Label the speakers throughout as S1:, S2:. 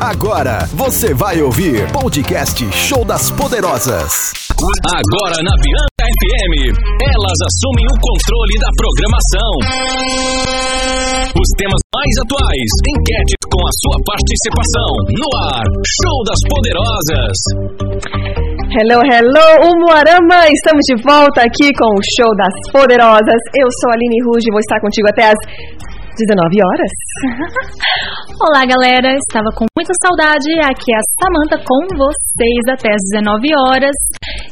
S1: Agora você vai ouvir podcast Show das Poderosas.
S2: Agora na Bianca FM, elas assumem o controle da programação. Os temas mais atuais, enquete com a sua participação. No ar, Show das Poderosas.
S3: Hello, hello, Umuarama! Estamos de volta aqui com o Show das Poderosas. Eu sou a Aline Ruge e vou estar contigo até as 19 horas.
S4: Olá, galera! Estava com muita saudade. Aqui é a Samanta com vocês até as 19 horas.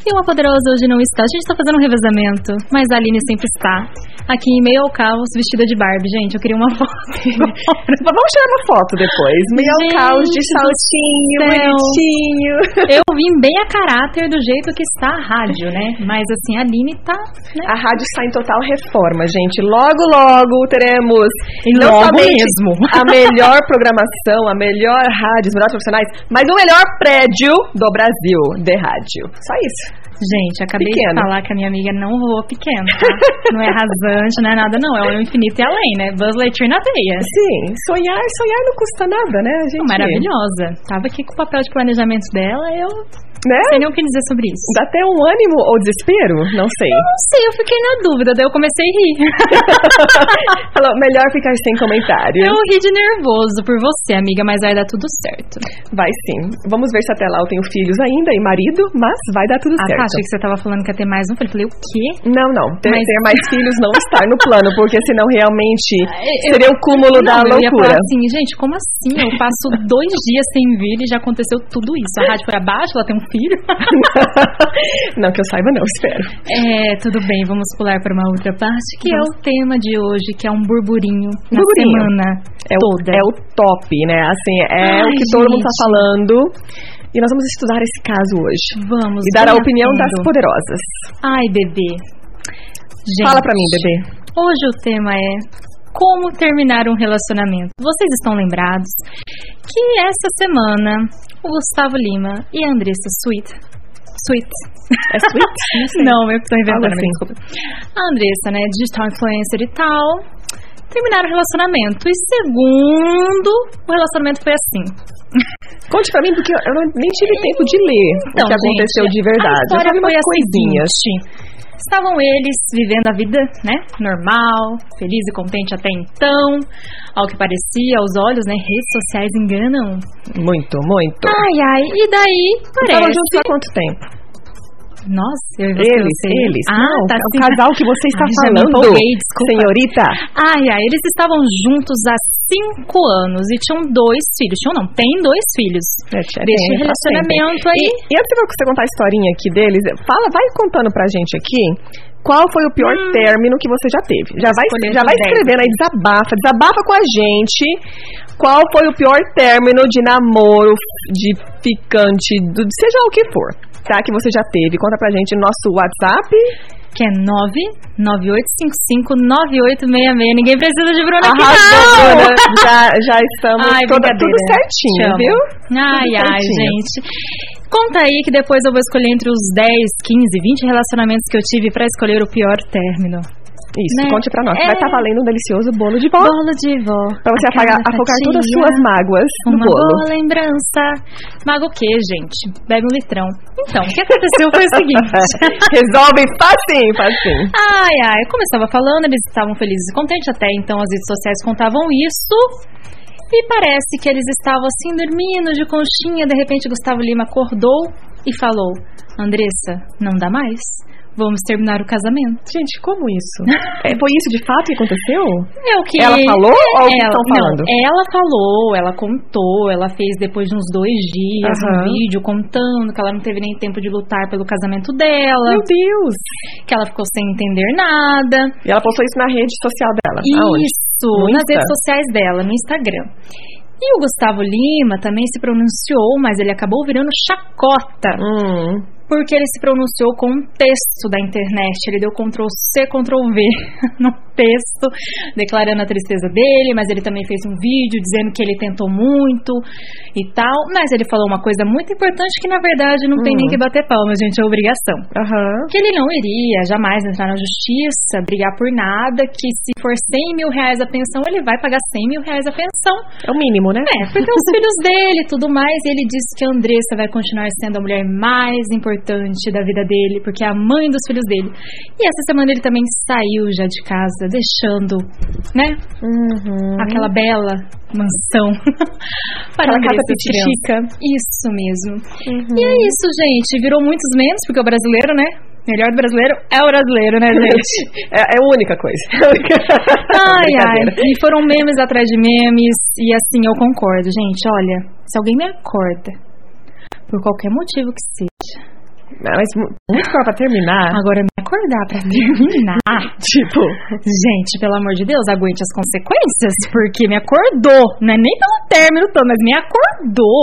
S4: E uma poderosa hoje não está. A gente está fazendo um revezamento, mas a Aline sempre está. Aqui em meio ao caos, vestida de Barbie. Gente, eu queria uma foto.
S3: Vamos tirar uma foto depois. Meio ao caos, de saltinho, bonitinho.
S4: Eu vim bem a caráter do jeito que está a rádio, né? Mas assim, a Aline está. Né?
S3: A rádio está em total reforma, gente. Logo, logo teremos
S4: e não logo mesmo.
S3: A melhor programação, a melhor rádio, os melhores profissionais, mas o melhor prédio do Brasil de rádio. Só isso.
S4: Gente, acabei pequeno. de falar que a minha amiga não voa pequeno, tá? não é rasante, não é nada, não. É o infinito e além, né? Buzz Lightyear na veia.
S3: Sim, sonhar, sonhar não custa nada, né? A gente...
S4: Maravilhosa. Tava aqui com o papel de planejamento dela, eu né? Não sei nem o que dizer sobre isso.
S3: Dá até um ânimo ou desespero? Não sei.
S4: Eu não sei, eu fiquei na dúvida, daí eu comecei a rir.
S3: Falou, melhor ficar sem comentário.
S4: Eu ri de nervoso por você, amiga, mas vai dar tudo certo.
S3: Vai sim. Vamos ver se até lá eu tenho filhos ainda e marido, mas vai dar tudo
S4: ah,
S3: certo.
S4: Ah, achei que você tava falando que ia ter mais um. Eu falei, o quê?
S3: Não, não. Ter, mas... ter mais filhos não estar no plano, porque senão realmente eu, seria o cúmulo
S4: não,
S3: da
S4: É, eu
S3: loucura.
S4: Eu assim, gente, como assim? Eu passo dois dias sem vir e já aconteceu tudo isso. A rádio foi abaixo, ela tem um filho?
S3: não que eu saiba, não, espero.
S4: É, tudo bem, vamos pular para uma outra parte, que vamos. é o tema de hoje, que é um burburinho, na burburinho. semana
S3: é
S4: toda.
S3: O, é o top, né? Assim, é Ai, o que gente. todo mundo está falando. E nós vamos estudar esse caso hoje.
S4: Vamos.
S3: E dar a opinião fundo. das poderosas.
S4: Ai, bebê.
S3: Gente, Fala pra mim, bebê.
S4: Hoje o tema é como terminar um relacionamento. Vocês estão lembrados que essa semana o Gustavo Lima e a Andressa Sweet. Sweet.
S3: É Sweet?
S4: Não, eu estou inventando, assim. desculpa. A Andressa, né, digital influencer e tal, terminaram o relacionamento. E segundo, o relacionamento foi assim.
S3: Conte pra mim, porque eu nem tive tempo de ler então, o que aconteceu gente, de verdade.
S4: A história
S3: eu
S4: foi coisinhas. Assim, Estavam eles vivendo a vida, né? Normal, feliz e contente até então. Ao que parecia, aos olhos, né? Redes sociais enganam.
S3: Muito, muito.
S4: Ai, ai. E daí, parece... Estavam
S3: juntos há um quanto tempo?
S4: Nossa, eu
S3: eles,
S4: você.
S3: eles. Ah, não, tá, o casal que você está ai, falando, empolguei, senhorita.
S4: Ai, ai, eles estavam juntos há cinco anos e tinham dois filhos. Tinham não, tem dois filhos.
S3: É,
S4: Desse relacionamento aí.
S3: E, e antes de você contar a historinha aqui deles, fala, vai contando pra gente aqui qual foi o pior hum. término que você já teve. Já vai, Escolhendo já vai escrevendo 10. aí, desabafa, desabafa com a gente. Qual foi o pior término de namoro, de ficante, do, seja o que for, tá? Que você já teve. Conta pra gente no nosso WhatsApp.
S4: Que é 998559866. Ninguém precisa de Bruna aqui,
S3: Arrasou, Bruna. Já, já estamos ai, toda, tudo certinho, Chama. viu?
S4: Ai,
S3: tudo
S4: ai, certinho. gente. Conta aí que depois eu vou escolher entre os 10, 15, 20 relacionamentos que eu tive para escolher o pior término.
S3: Isso, né? conte pra nós. É... Vai estar tá valendo um delicioso bolo de vó.
S4: Bolo de vó.
S3: Pra você apagar, afocar fatia, né? todas as suas mágoas no
S4: bolo. Uma boa lembrança. Mago o quê, gente? Bebe um litrão. Então, o que aconteceu foi o seguinte.
S3: Resolve facinho, facinho.
S4: Ai, ai. Como eu estava falando, eles estavam felizes e contentes. Até então as redes sociais contavam isso. E parece que eles estavam assim dormindo de conchinha. De repente, Gustavo Lima acordou e falou: Andressa, não dá mais. Vamos terminar o casamento.
S3: Gente, como isso? é, foi isso de fato que aconteceu?
S4: É o que
S3: ela falou ou ela, estão falando?
S4: Não, ela falou, ela contou, ela fez depois de uns dois dias uhum. um vídeo contando que ela não teve nem tempo de lutar pelo casamento dela.
S3: Meu Deus!
S4: Que ela ficou sem entender nada.
S3: E ela postou isso na rede social dela.
S4: Isso.
S3: Aonde?
S4: nas redes sociais dela, no Instagram. E o Gustavo Lima também se pronunciou, mas ele acabou virando chacota.
S3: Hum.
S4: porque ele se pronunciou com um texto da internet. Ele deu Ctrl C, Ctrl V no texto, declarando a tristeza dele, mas ele também fez um vídeo dizendo que ele tentou muito e tal. Mas ele falou uma coisa muito importante que na verdade não tem
S3: Hum.
S4: nem que bater palmas, gente, é obrigação.
S3: Aham.
S4: Que ele não iria jamais entrar na justiça, brigar por nada, que se for 100 mil reais a pensão, ele vai pagar 100 mil reais a pensão.
S3: É o mínimo, né?
S4: É, porque os filhos dele e tudo mais, e ele disse que a Andressa vai continuar sendo a mulher mais importante da vida dele, porque é a mãe dos filhos dele. E essa semana ele também saiu já de casa, deixando, né,
S3: Uhum.
S4: aquela bela mansão para
S3: Aquela
S4: Andressa
S3: casa
S4: e as
S3: pititica.
S4: crianças. Isso mesmo.
S3: Uhum.
S4: E é isso, gente. Virou muitos memes, porque o brasileiro, né? Melhor do brasileiro é o brasileiro, né, gente?
S3: É, é a única coisa. É a única-
S4: Ai, ai.
S3: Brincadeira.
S4: E foram memes atrás de memes. E assim, eu concordo, gente. Olha, se alguém me acorda, por qualquer motivo que seja,
S3: Não, mas mu- muito pra pra terminar.
S4: agora me acordar pra terminar.
S3: Tipo,
S4: gente, pelo amor de Deus, aguente as consequências, porque me acordou. Não é nem pelo término, todo, mas me acordou.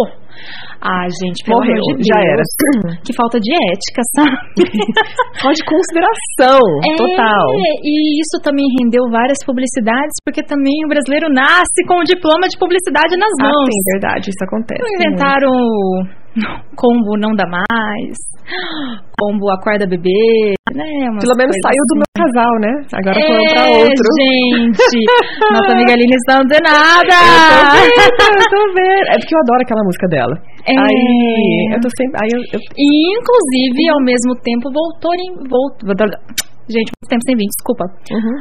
S4: Ah, gente, pelo
S3: Morreu,
S4: amor de Deus.
S3: já
S4: Que falta de ética, sabe?
S3: falta de consideração Um total.
S4: É, e isso também rendeu várias publicidades, porque também o brasileiro nasce com o diploma de publicidade nas
S3: Ah,
S4: mãos.
S3: sim, verdade, isso acontece.
S4: Não inventaram o combo não dá mais, combo acorda bebê, né? umas
S3: Pelo menos
S4: coisas
S3: saiu do meu casal, né? Agora
S4: assim.
S3: foram pra
S4: É,
S3: outro.
S4: gente, nossa amiga Aline está não tem nada.
S3: Eu tô vendo, eu tô vendo. É porque eu adoro aquela música dela.
S4: É.
S3: Aí eu tô sempre. Aí eu, eu-
S4: E inclusive, ao mesmo tempo, voltou em... Voltou, gente, muito tempo sem vir, desculpa.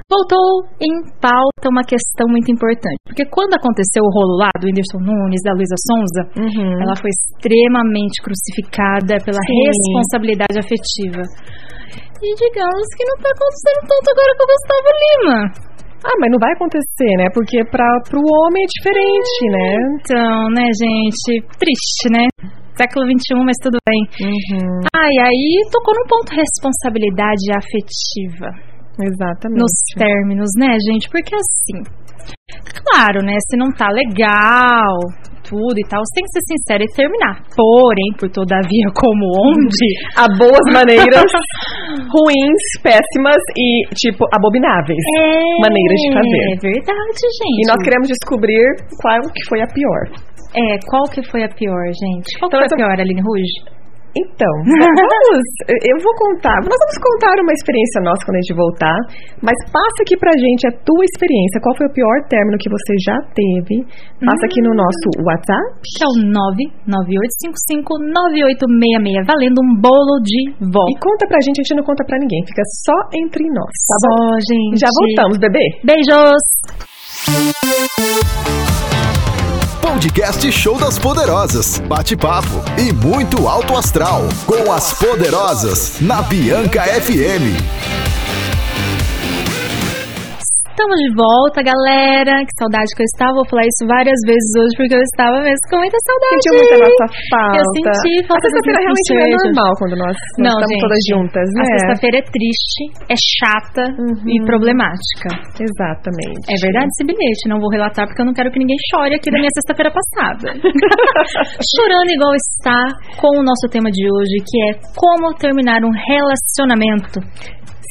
S4: Voltou em pauta uma questão muito importante. Porque quando aconteceu o rolo lá do Whindersson Nunes, da Luísa Sonza,
S3: Uhum.
S4: ela foi extremamente crucificada pela
S3: Sim.
S4: responsabilidade afetiva. E digamos que não tá acontecendo tanto agora com o Gustavo Lima.
S3: Ah, mas não vai acontecer, né? Porque pra, pro homem é diferente, né?
S4: Então, né, gente? Triste, né? Século XXI, mas tudo bem. Ai, aí tocou num ponto responsabilidade afetiva.
S3: Exatamente.
S4: nos términos, né, gente? Porque assim, claro, né? Se não tá legal, tudo e tal, você tem que ser sincero e terminar. Porém, por todavia, como onde?
S3: Há boas maneiras, ruins, péssimas e, tipo, abomináveis.
S4: É,
S3: Maneiras de fazer.
S4: É verdade, gente.
S3: E nós queremos descobrir qual que foi a pior.
S4: É, qual que foi a pior, gente? Qual que
S3: Então,
S4: foi
S3: essa-
S4: a pior, Aline Rouge?
S3: Então, vamos, eu vou contar, nós vamos contar uma experiência nossa quando a gente voltar, mas passa aqui pra gente a tua experiência, qual foi o pior término que você já teve, passa aqui
S4: Hum.
S3: no nosso WhatsApp,
S4: Que é o 998559866, valendo um bolo de vó.
S3: e conta pra gente, a gente não conta pra ninguém, fica só entre nós, tá
S4: Só,
S3: bom?
S4: gente.
S3: Já voltamos, bebê?
S4: Beijos!
S1: Podcast Show das Poderosas. Bate-papo e muito alto astral. Com as Poderosas, na Bianca FM.
S4: Estamos de volta, galera. Que saudade que eu estava. Vou falar isso várias vezes hoje, porque eu estava mesmo com muita saudade.
S3: Sentiu muita nossa falta.
S4: Eu senti
S3: A
S4: falta
S3: sexta-feira
S4: dos
S3: realmente não é
S4: bocejos.
S3: normal quando nós, nós
S4: Não,
S3: estamos
S4: gente.
S3: todas juntas,
S4: A
S3: né?
S4: sexta-feira é triste, é chata
S3: Uhum.
S4: e problemática.
S3: Exatamente.
S4: É verdade esse bilhete, não vou relatar porque eu não quero que ninguém chore aqui da minha sexta-feira passada. Chorando igual está com o nosso tema de hoje, que é como terminar um relacionamento.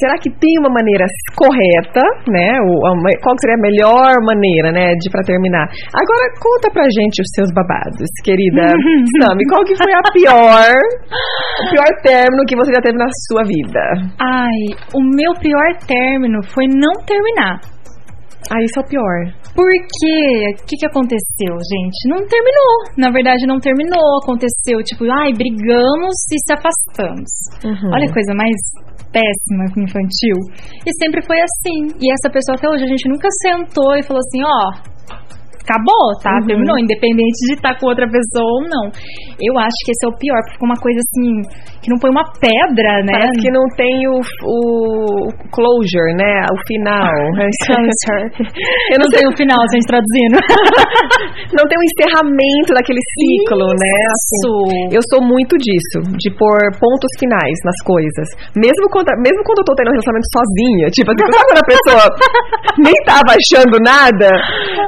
S3: Será que tem uma maneira correta, né? Ou a me- Qual que seria a melhor maneira, né, de pra terminar? Agora conta pra gente os seus babados, querida Sami. Qual que foi a pior, o pior término que você já teve na sua vida?
S4: Ai, o meu pior término foi não terminar.
S3: Ah, isso é o pior.
S4: Porque o que, que aconteceu, gente? Não terminou. Na verdade, não terminou. Aconteceu, tipo, ai, brigamos e se afastamos.
S3: Uhum.
S4: Olha que coisa mais péssima que infantil. E sempre foi assim. E essa pessoa até hoje, a gente nunca sentou e falou assim, ó. Acabou, tá?
S3: Uhum.
S4: Terminou, independente de estar com outra pessoa ou não. Eu acho que esse é o pior, porque ficou uma coisa assim, que não põe uma pedra, né?
S3: Parece que não tem o, o closure, né? O final.
S4: É Eu não sei o final, gente, traduzindo.
S3: Tá não tem o encerramento daquele ciclo, né? Assim,
S4: Isso.
S3: Eu sou muito disso, de pôr pontos finais nas coisas. Mesmo quando, mesmo quando eu tô tendo um relacionamento sozinha, tipo assim, sabe quando a pessoa nem tava achando nada?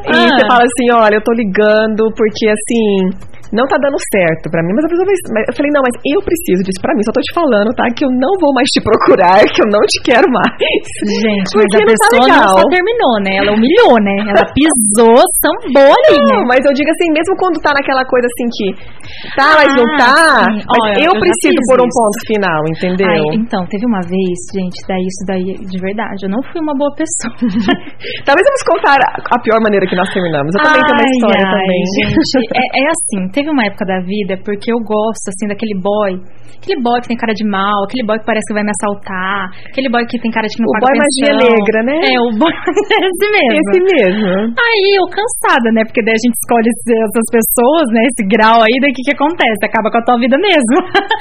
S3: E
S4: Ah.
S3: você fala assim, olha, eu tô ligando porque assim. não tá dando certo pra mim, mas eu, preciso, mas eu falei, não, mas eu preciso disso pra mim, só tô te falando, tá? Que eu não vou mais te procurar, que eu não te quero mais.
S4: Gente, mas
S3: Porque
S4: a
S3: não tá
S4: pessoa não
S3: legal.
S4: só terminou, né? Ela humilhou, né? Ela pisou, sambou ali, né?
S3: Não, mas eu digo assim, mesmo quando tá naquela coisa assim que tá, mas não
S4: Ah,
S3: tá,
S4: sim.
S3: mas
S4: Olha,
S3: eu,
S4: eu já
S3: preciso
S4: fiz
S3: pôr um
S4: isso.
S3: ponto final, entendeu?
S4: Ai, então, teve uma vez, gente, daí isso daí, de verdade, eu não fui uma boa pessoa.
S3: Talvez vamos contar a, a pior maneira que nós terminamos. Eu também tenho uma
S4: Ai,
S3: história
S4: ai,
S3: também.
S4: Gente, é, é assim, teve uma época da vida porque eu gosto, assim, daquele boy. Aquele boy que tem cara de mal, aquele boy que parece que vai me assaltar, aquele boy que tem cara de que não
S3: O
S4: paga
S3: boy magia
S4: pensão.
S3: negra, né?
S4: É, o boy é esse mesmo.
S3: Esse mesmo.
S4: Tá Aí eu cansada, né? Porque daí a gente escolhe esse- essas pessoas, né? Esse grau aí, daí o que, que acontece? Acaba com a tua vida mesmo.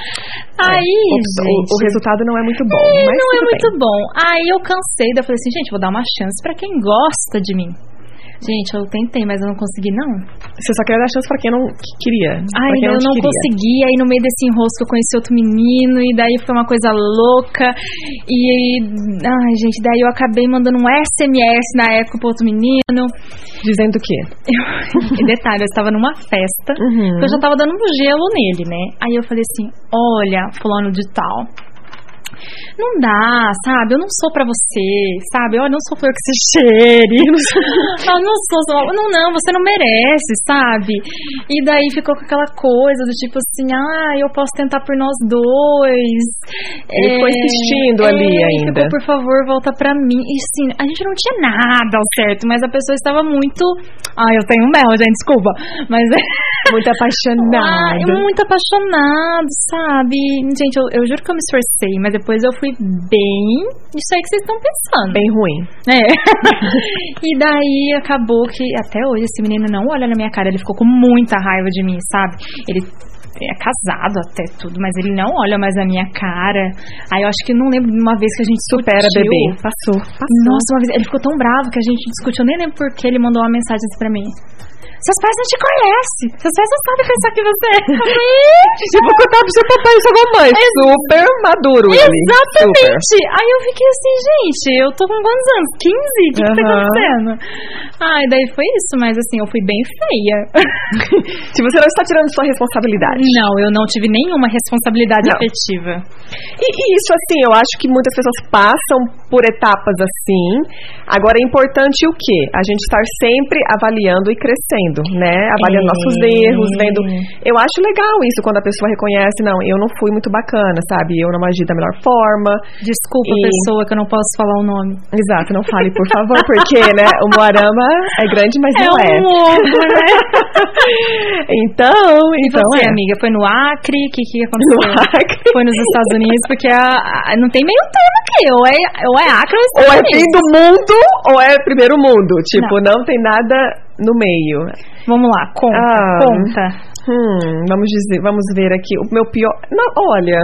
S4: aí,
S3: É, O, o-
S4: gente.
S3: o resultado não é muito bom.
S4: É,
S3: mas
S4: não é
S3: tudo bem.
S4: muito bom. Aí eu cansei, daí eu falei assim, gente, vou dar uma chance pra quem gosta de mim. Gente, eu tentei, mas eu não consegui, não.
S3: Você só queria dar chance pra quem não que queria. pra
S4: Ai,
S3: quem
S4: eu
S3: te
S4: não
S3: queria.
S4: consegui. Aí no meio desse enrosco eu conheci outro menino e daí foi uma coisa louca. E ai, gente, daí eu acabei mandando um SMS na época pro outro menino.
S3: Dizendo o quê?
S4: Eu- e detalhe, eu estava numa festa,
S3: Uhum.
S4: que eu já estava dando um gelo nele, né? Aí eu falei assim: "Olha, fulano de tal, não dá, sabe? Eu não sou pra você, sabe? Olha, eu não sou flor que se cheire. Eu não sou, eu não, sou- não, não, você não merece, sabe? E daí ficou com aquela coisa do tipo assim, ah, eu posso tentar por nós dois. É,
S3: Ele ficou insistindo ali
S4: ele
S3: ainda.
S4: ficou, por favor, volta pra mim. E sim, a gente não tinha nada ao certo, mas a pessoa estava muito... Ah, eu tenho mel, gente, desculpa. Mas... é
S3: Muito
S4: Ah,
S3: apaixonado.
S4: eu muito apaixonado, sabe? Gente, eu, eu juro que eu me esforcei, mas depois eu fui bem. Isso aí que vocês estão pensando.
S3: Bem ruim.
S4: É. e daí acabou que até hoje esse menino não olha na minha cara. Ele ficou com muita raiva de mim, sabe? Ele é casado até tudo, mas ele não olha mais na minha cara. Aí eu acho que eu não lembro de uma vez que a gente
S3: Supera,
S4: discutiu.
S3: bebê. Passou. Passou.
S4: Nossa, uma vez ele ficou tão bravo que a gente discutiu, eu nem lembro porque ele mandou uma mensagem assim pra mim. Seus pais não te conhecem, seus pais não sabem pensar que você é. Eu falei, "Ih,
S3: Eu vou contar pro seu papai e sua mamãe.
S4: Ex-
S3: Super maduro ele. Super.
S4: Exatamente! Aí eu fiquei assim, gente, eu tô com quantos anos? 15? O que, que tá
S3: Aham.
S4: acontecendo? Ai, daí foi isso, mas assim, eu fui bem feia.
S3: Se você não está tirando sua responsabilidade.
S4: não, eu não tive nenhuma responsabilidade
S3: Não.
S4: afetiva.
S3: E, e isso, assim, eu acho que muitas pessoas passam por etapas assim. Agora, é importante o quê? A gente estar sempre avaliando e crescendo, né? Avaliando
S4: É.
S3: nossos erros, vendo. Eu acho legal isso, quando a pessoa reconhece, não, eu não fui muito bacana, sabe? Eu não agi da melhor forma.
S4: Desculpa,
S3: E-
S4: pessoa, que eu não posso falar o nome.
S3: Exato, não fale, por favor, porque, né? O Moarama é grande, mas não é.
S4: um ovo, né?
S3: Então,
S4: E
S3: então.
S4: você,
S3: é.
S4: amiga, foi no Acre? O que, que
S3: No
S4: aconteceu?
S3: Acre.
S4: Foi nos Estados Unidos, porque a- a- não tem meio termo aqui. Ou é, ou é Acre ou é
S3: Ou
S4: Estados
S3: é fim
S4: Unidos.
S3: do mundo, ou é primeiro mundo. Tipo, não tem nada no meio.
S4: Vamos lá, conta,
S3: Ah.
S4: conta.
S3: Hum, vamos dizer, vamos ver aqui. O meu pior. Não, olha.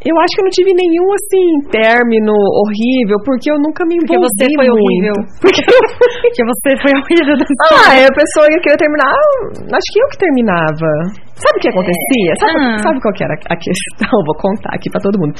S3: Eu acho que eu não tive nenhum, assim, término horrível, porque eu nunca me
S4: Porque
S3: envolvi
S4: você foi
S3: muito.
S4: horrível.
S3: Porque eu fui...
S4: Porque você foi horrível da
S3: Ah, é a pessoa que queria terminar, ah, acho que eu que terminava. Sabe o que acontecia? Sabe,
S4: Ah.
S3: sabe qual que era a questão? Vou contar aqui pra todo mundo.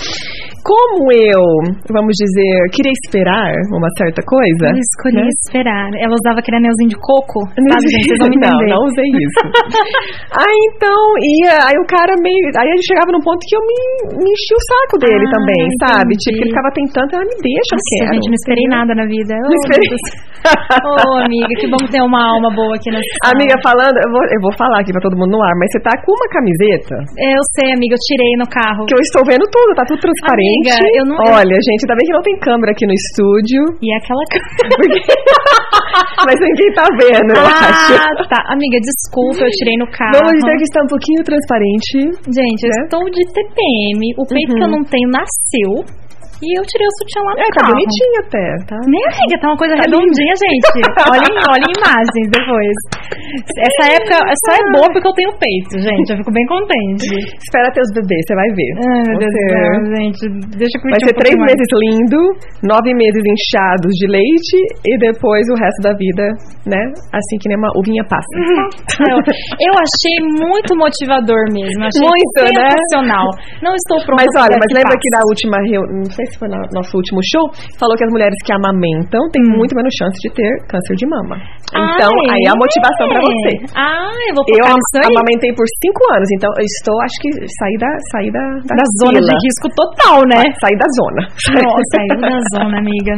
S3: Como eu, vamos dizer, queria esperar uma certa coisa...
S4: Eu é, escolhi
S3: né?
S4: esperar. Ela usava aquele anelzinho de coco,
S3: Não,
S4: sabe, gente? Vocês vão me
S3: não,
S4: entender.
S3: não usei isso. aí então, ia, aí o cara meio. Aí a gente chegava num ponto que eu me, me enchi o saco dele
S4: Ah,
S3: também, sabe?
S4: entendi.
S3: Tipo, que ele ficava tentando, ah, me deixa, eu
S4: Nossa,
S3: quero.
S4: gente, não esperei nada na vida. Ô,
S3: Não esperei.
S4: meu Deus. Ô, amiga, que bom que tem uma alma boa aqui nessa sala.
S3: Amiga, falando, eu vou, eu vou falar aqui pra todo mundo no ar, mas você tá com uma camiseta
S4: É, Eu sei, amiga, eu tirei no carro.
S3: que eu estou vendo tudo, tá tudo transparente.
S4: Amiga, eu não-
S3: Olha, gente, ainda bem que não tem câmera aqui no estúdio.
S4: E é aquela
S3: porque- mas ninguém tá vendo, eu acho.
S4: Ah, tá. Amiga, desculpa, eu tirei no carro.
S3: Vamos dizer que está um pouquinho transparente.
S4: Gente, eu
S3: né?
S4: estou de TPM, o peito que eu não tenho nasceu e eu tirei o sutiã lá
S3: Uhum.
S4: no
S3: É, tá
S4: carro.
S3: bonitinho até, tá?
S4: Né, amiga? Tá uma coisa
S3: Tá
S4: redondinha, gente. Olhem, olhem imagens depois. Essa época só é boa porque eu tenho peito, gente. Eu fico bem contente.
S3: Espera teus bebês, você vai ver.
S4: Ai, meu Deus do
S3: Você-
S4: céu, gente. Deixa eu curtir
S3: Vai ser
S4: um
S3: três
S4: pouquinho mais.
S3: meses lindo, nove meses inchados de leite e depois o resto da vida, né? Assim que nem uma uvinha passa.
S4: Uhum. Eu, eu achei muito motivador mesmo. Achei
S3: Muito, né?
S4: sensacional. Não estou pronta
S3: Mas olha,
S4: pra
S3: mas
S4: que
S3: lembra
S4: passe.
S3: que na última reunião, não sei se foi no nosso último show, falou que as mulheres que amamentam têm muito menos chance de ter câncer de mama. Então,
S4: Hum. Ah,
S3: aí é a motivação pra você.
S4: Ah, eu vou
S3: Eu
S4: focar
S3: am-
S4: nisso aí.
S3: amamentei por cinco anos, então eu estou, acho que, saí da, saí da, da,
S4: Da zona de
S3: fila.
S4: risco total, né?
S3: Saí da zona.
S4: Nossa, saiu da zona, amiga.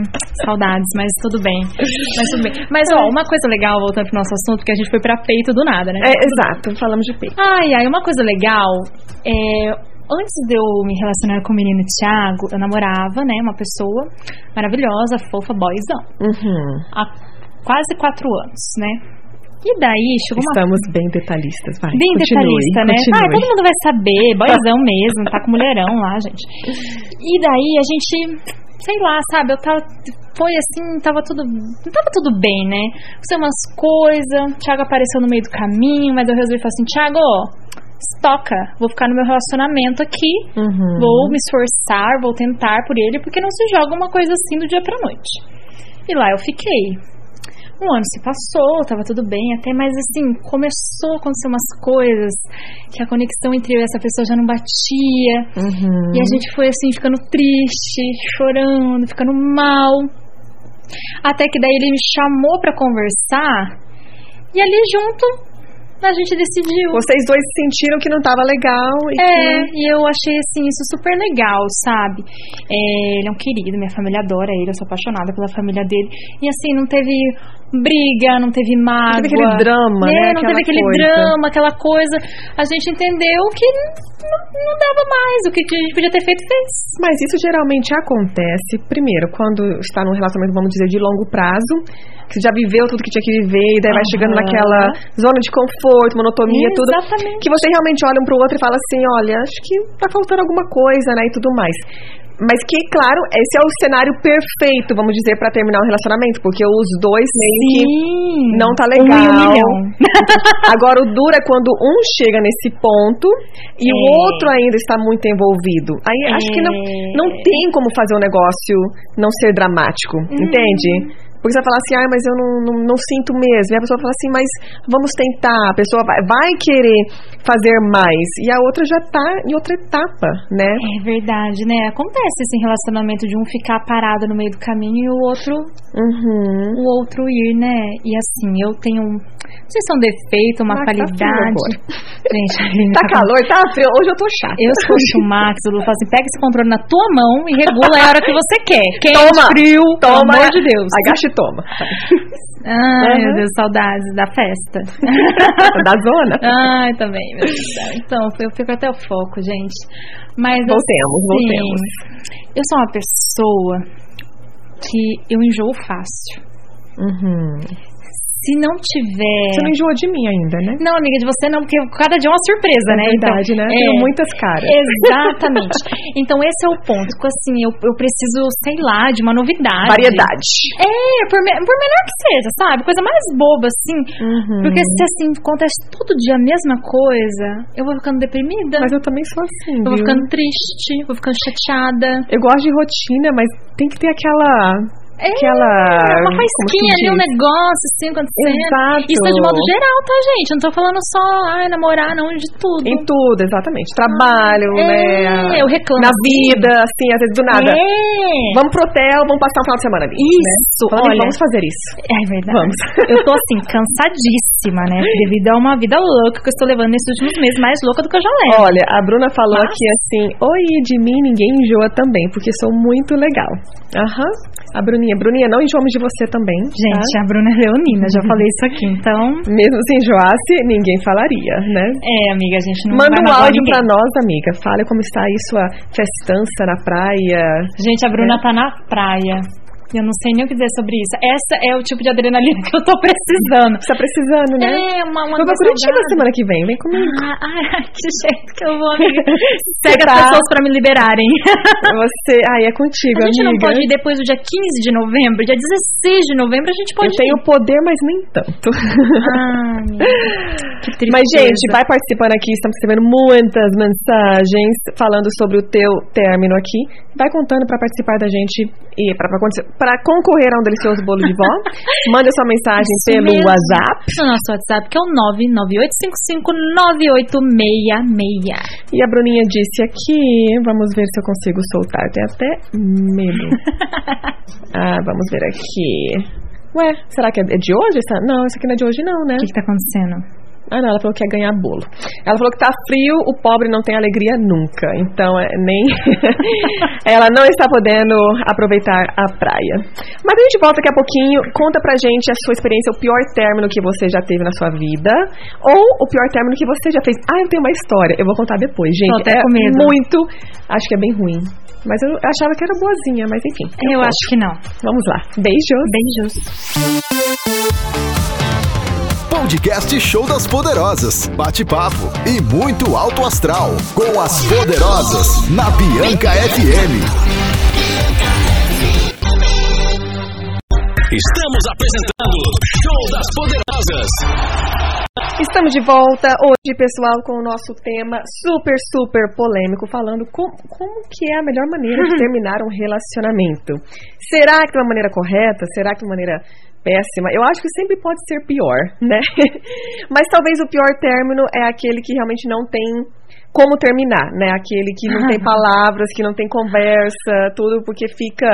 S4: Saudades, mas tudo bem. Mas tudo bem. Mas, ó, uma coisa legal, voltando pro nosso assunto, porque a gente foi pra peito do nada, né?
S3: É, exato, falamos de peito.
S4: Ai, ai, uma coisa legal é. Antes de eu me relacionar com o menino Thiago, eu namorava, né, uma pessoa maravilhosa, fofa, boyzão,
S3: Uhum.
S4: há quase quatro anos, né? E daí chegou uma
S3: Estamos bem detalhistas, vai.
S4: Bem
S3: continue,
S4: detalhista, né? Ah, todo
S3: Continue.
S4: mundo vai saber, boizão mesmo, tá com mulherão lá, gente. E daí a gente, sei lá, sabe, eu tava. Foi assim, tava tudo. Não tava tudo bem, né? Aconteceu umas coisas, Thiago apareceu no meio do caminho, mas eu resolvi falar assim, Thiago, ó, estoca, vou ficar no meu relacionamento aqui,
S3: Uhum.
S4: vou me esforçar, vou tentar por ele, porque não se joga uma coisa assim do dia pra noite. E lá eu fiquei. Um ano se passou, tava tudo bem, até mas assim, começou a acontecer umas coisas que a conexão entre eu e essa pessoa já não batia.
S3: Uhum.
S4: E a gente foi assim, ficando triste, chorando, ficando mal. Até que daí ele me chamou pra conversar. E ali junto a gente decidiu.
S3: Vocês dois sentiram que não tava legal e
S4: É,
S3: que...
S4: e eu achei assim, isso super legal, sabe? É, ele é um querido, minha família adora ele, eu sou apaixonada pela família dele. E assim, não teve briga, não teve mágoa.
S3: teve aquele drama,
S4: É,
S3: né?
S4: Não
S3: Aquela
S4: teve aquele
S3: coisa.
S4: drama, aquela coisa. A gente entendeu que não, não dava mais. O que a gente podia ter feito, fez.
S3: Mas isso geralmente acontece, primeiro, quando está num relacionamento, vamos dizer, de longo prazo, que você já viveu tudo que tinha que viver, e daí vai chegando
S4: Aham.
S3: naquela zona de conforto, monotonia, tudo.
S4: Exatamente.
S3: Que vocês realmente olham pro outro e falam assim, olha, acho que tá faltando alguma coisa, né, e tudo mais. Mas que, claro, esse é o cenário perfeito, vamos dizer, pra terminar o relacionamento, porque os dois meio que
S4: Sim.
S3: não tá
S4: Um e um
S3: legal.
S4: milhão.
S3: Agora, o duro é quando um chega nesse ponto e o
S4: É.
S3: outro ainda está muito envolvido. Aí acho que não,
S4: É.
S3: não tem como fazer um negócio não ser dramático, entende? Porque você vai falar assim, ah, mas eu não, não, não sinto mesmo. E a pessoa fala assim, mas vamos tentar. A pessoa vai, vai querer fazer mais. E a outra já tá em outra etapa, né?
S4: É verdade, né? Acontece esse relacionamento de um ficar parado no meio do caminho e o outro
S3: Uhum.
S4: o outro ir, né? E assim, eu tenho. Não sei se é um defeito, uma
S3: Ah, tá frio
S4: qualidade.
S3: agora.
S4: Gente, a Aline
S3: Tá
S4: tá com-
S3: calor, tá frio. Hoje eu tô chata.
S4: Eu sou o Max, o Lu fala assim: pega esse controle na tua mão e regula a hora que você quer. Quente,
S3: Toma,
S4: frio, pelo
S3: Toma,
S4: amor de Deus.
S3: Agacha e toma.
S4: Ai, meu
S3: Aham.
S4: Deus, saudades da festa.
S3: Tá da zona.
S4: Ai, também. meu Deus do céu. Então, eu fico até o foco, gente. Mas
S3: Voltemos, voltemos.
S4: Sim, eu sou uma pessoa que eu enjoo fácil.
S3: Uhum.
S4: Se não tiver.
S3: Você não enjoou de mim ainda, né?
S4: Não, amiga, de você não, porque cada dia é uma surpresa, É né?
S3: É verdade, né?
S4: é,
S3: Tenho muitas caras.
S4: Exatamente. Então, esse é o ponto. que, Assim, eu, eu preciso, sei lá, de uma novidade.
S3: Variedade.
S4: É, por, me- por menor que seja, sabe? Coisa mais boba, assim.
S3: Uhum.
S4: Porque se, assim, acontece todo dia a mesma coisa, eu vou ficando deprimida.
S3: Mas eu também sou assim.
S4: eu vou
S3: viu?
S4: ficando triste, vou ficando chateada.
S3: Eu gosto de rotina, mas tem que ter aquela.
S4: É,
S3: aquela. como
S4: uma
S3: se
S4: faísquinha ali,
S3: diz?
S4: um negócio, assim, acontecendo.
S3: Exato.
S4: Isso é de modo geral, tá, gente? Eu não tô falando só, ai, namorar, não, de tudo.
S3: Em tudo, exatamente. Trabalho,
S4: É,
S3: né?
S4: eu reclamo,
S3: Na
S4: assim.
S3: vida, assim, às vezes do nada.
S4: É.
S3: Vamos pro hotel, vamos passar um final de semana ali.
S4: Isso,
S3: né? Falando em
S4: olha.
S3: vamos fazer isso.
S4: É verdade.
S3: Vamos.
S4: Eu tô assim, cansadíssima, né? Devido a uma vida louca que eu estou levando nesses últimos meses, mais louca do que eu já levo.
S3: Olha, a Bruna falou
S4: Tá?
S3: aqui assim: Oi, de mim ninguém enjoa também, porque sou muito legal. Aham. A Bruninha. Bruninha, não enjoamos de você também. tá?
S4: Gente, a Bruna é leonina, já falei isso aqui, então.
S3: Mesmo se enjoasse, ninguém falaria, né?
S4: É, amiga, a gente não
S3: Manda
S4: vai
S3: um
S4: magoar
S3: áudio
S4: ninguém.
S3: pra nós, amiga. Fale como está aí sua festança na praia.
S4: Gente, a Bruna tá na praia. Eu não sei nem o que dizer sobre isso. Essa é o tipo de adrenalina que eu tô precisando.
S3: Você tá precisando, né?
S4: É, uma, uma
S3: Vou pra
S4: coisa
S3: Curitiba
S4: saudável.
S3: semana que vem, vem comigo.
S4: Ah, ai, que jeito que eu vou, amiga. Segue
S3: Tá.
S4: as pessoas pra me liberarem.
S3: Você. Aí é contigo,
S4: A gente
S3: amiga.
S4: não pode ir depois do dia 15 de novembro, dia 16 de novembro a gente pode
S3: Eu tenho
S4: ir.
S3: poder, mas nem tanto.
S4: Ah, amiga.
S3: Mas, gente, vai participando aqui. Estamos recebendo muitas mensagens falando sobre o teu término aqui. Vai contando para participar da gente e para concorrer a um delicioso bolo de vó. Manda sua mensagem
S4: Isso
S3: pelo
S4: mesmo.
S3: WhatsApp.
S4: No nosso WhatsApp, que é o 998559866.
S3: E a Bruninha disse aqui, vamos ver se eu consigo soltar. Tem até medo. ah, vamos ver aqui. Ué, será que é de hoje? essa? Não, isso aqui não é de hoje não, né?
S4: O que, que tá acontecendo?
S3: Ah, não, ela falou que ia ganhar bolo. Ela falou que tá frio, o pobre não tem alegria nunca. Então, é, nem. ela não está podendo aproveitar a praia. Mas a gente volta daqui a pouquinho. Conta pra gente a sua experiência, o pior término que você já teve na sua vida. Ou o pior término que você já fez. Ah, eu tenho uma história. Eu vou contar depois, gente.
S4: Tô até
S3: é
S4: com medo.
S3: muito. Acho que é bem ruim. Mas eu achava que era boazinha, mas enfim.
S4: Eu
S3: conto.
S4: acho que não.
S3: Vamos lá. Beijos.
S4: Beijos.
S1: Podcast Show das Poderosas. Bate-papo e muito alto astral. Com as poderosas na Bianca FM.
S2: Estamos apresentando Show das Poderosas.
S3: Estamos de volta hoje, pessoal, com o nosso tema super, super polêmico, falando com- como que é a melhor maneira de terminar um relacionamento. Será que de uma maneira correta? Será que de uma maneira péssima? Eu acho que sempre pode ser pior, né? Mas talvez o pior término é aquele que realmente não tem como terminar, né? Aquele que não tem palavras, que não tem conversa, tudo porque fica...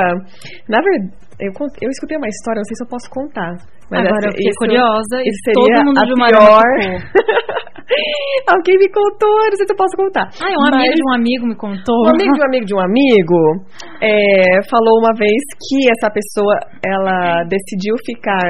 S3: Na verdade, eu, cont- eu escutei uma história, não sei se eu posso contar. mas
S4: Agora
S3: essa-
S4: eu fiquei
S3: isso-
S4: curiosa e
S3: isso seria
S4: todo mundo
S3: a
S4: de uma
S3: pior.
S4: hora ficou.
S3: Alguém me contou, não sei se eu posso contar.
S4: Ah, é um amigo
S3: Mas
S4: de um amigo me contou.
S3: um amigo de um amigo de um amigo é, falou uma vez que essa pessoa ela decidiu ficar.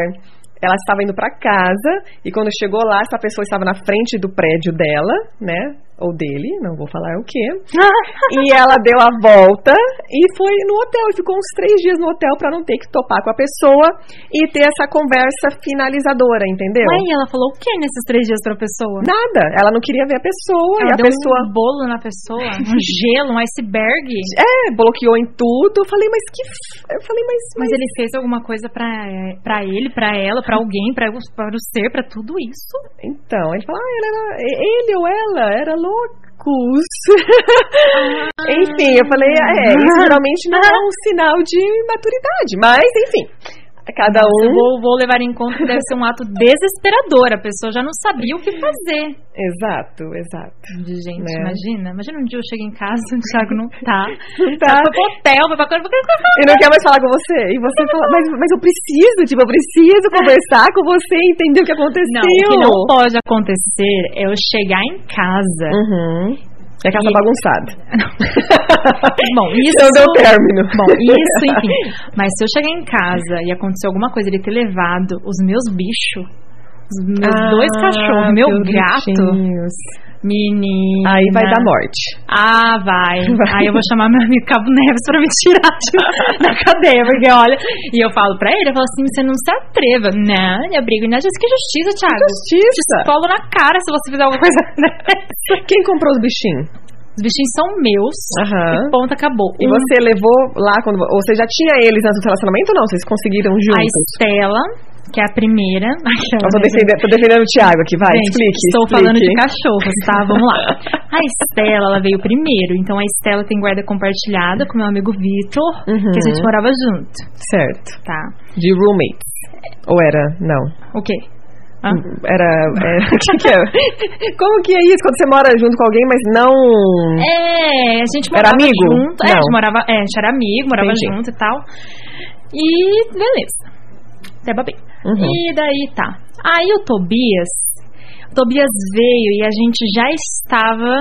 S3: Ela estava indo para casa e quando chegou lá, essa pessoa estava na frente do prédio dela, né? Ou dele, não vou falar o quê.
S4: Ah,
S3: E ela deu a volta e foi no hotel. E ficou uns três dias no hotel pra não ter que topar com a pessoa e ter essa conversa finalizadora, entendeu?
S4: Mas ela falou o que nesses três dias pra pessoa?
S3: Nada. Ela não queria ver a pessoa e
S4: Ela
S3: a
S4: deu
S3: pessoa.
S4: um bolo na pessoa, um gelo, um iceberg.
S3: É, bloqueou em tudo. Eu falei, mas que. f- Eu falei, mas.
S4: Mas ele fez alguma coisa pra, pra ele, pra ela, pra alguém, pra, para o ser, pra tudo isso?
S3: Então, ele falou, ah, ele, era, ele ou ela era loucos.
S4: Ah.
S3: enfim, eu falei, é, isso geralmente não é um sinal de maturidade. Mas, enfim, cada
S4: Eu
S3: um.
S4: vou, vou levar em conta que deve ser um ato desesperador. A pessoa já não sabia o que fazer.
S3: Exato, exato.
S4: De gente,
S3: Né?
S4: imagina. Imagina um dia eu chego em casa, o Thiago não tá.
S3: Não tá.
S4: Foi pro hotel, foi pra coisa. foi pra-
S3: E não quer mais falar com você. E você fala, mas, mas eu preciso, tipo, eu preciso conversar com você e entender o que aconteceu.
S4: Não, o que não pode acontecer é eu chegar em casa.
S3: Uhum. É a casa bagunçada.
S4: Bom, isso.
S3: Não deu término.
S4: Bom, isso, enfim. Mas se eu chegar em casa e acontecer alguma coisa, ele ter levado os meus bichos, os meus
S3: Ah,
S4: dois cachorros, meu gato, menina.
S3: Aí vai dar morte.
S4: Ah, vai.
S3: Vai.
S4: Aí eu vou chamar meu amigo Cabo Neves pra me tirar de- da cadeia, porque olha. E eu falo pra ele, eu falo assim: você não se atreva. Não, eu brigo. Não, justiça, que justiça, Thiago.
S3: Justiça.
S4: Polo na cara se você fizer alguma coisa dessa.
S3: Quem comprou os bichinhos?
S4: Os bichinhos são meus.
S3: Aham.
S4: E ponto, acabou.
S3: E
S4: Um
S3: você levou lá quando. Ou você já tinha eles antes do relacionamento ou não? Vocês conseguiram
S4: A
S3: juntos?
S4: Estela, que é a primeira.
S3: Eu tô defendendo, tô defendendo o Thiago aqui, vai,
S4: Gente,
S3: explique.
S4: estou
S3: explique.
S4: falando de cachorros, tá? Vamos lá. A Estela, ela veio primeiro. Então a Estela tem guarda compartilhada com meu amigo Vitor,
S3: Uhum.
S4: que a gente morava junto,
S3: Certo.
S4: tá?
S3: De roommates. Ou era? Não.
S4: O quê? Hã?
S3: Era. é, o que que é? Como que é isso? Quando você mora junto com alguém, mas não.
S4: É, a gente
S3: Era
S4: morava
S3: amigo?
S4: junto. É, a gente
S3: Não.
S4: morava, é, a gente era amigo, morava
S3: Entendi.
S4: junto e tal. E beleza. Até babei.
S3: Uhum.
S4: E daí tá. Aí o Tobias. O Tobias veio e a gente já estava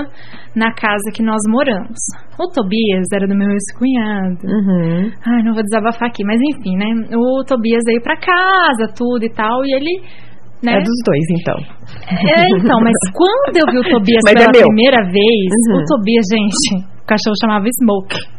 S4: na casa que nós moramos. O Tobias era do meu ex-cunhado.
S3: Uhum.
S4: Ai, não vou desabafar aqui, mas enfim, né? O Tobias veio pra casa, tudo e tal, e ele. Né?
S3: É dos dois, então.
S4: É, então, mas quando eu vi o Tobias
S3: Mas é
S4: pela
S3: meu.
S4: primeira vez,
S3: Uhum.
S4: o Tobias, gente, o cachorro chamava Smoke.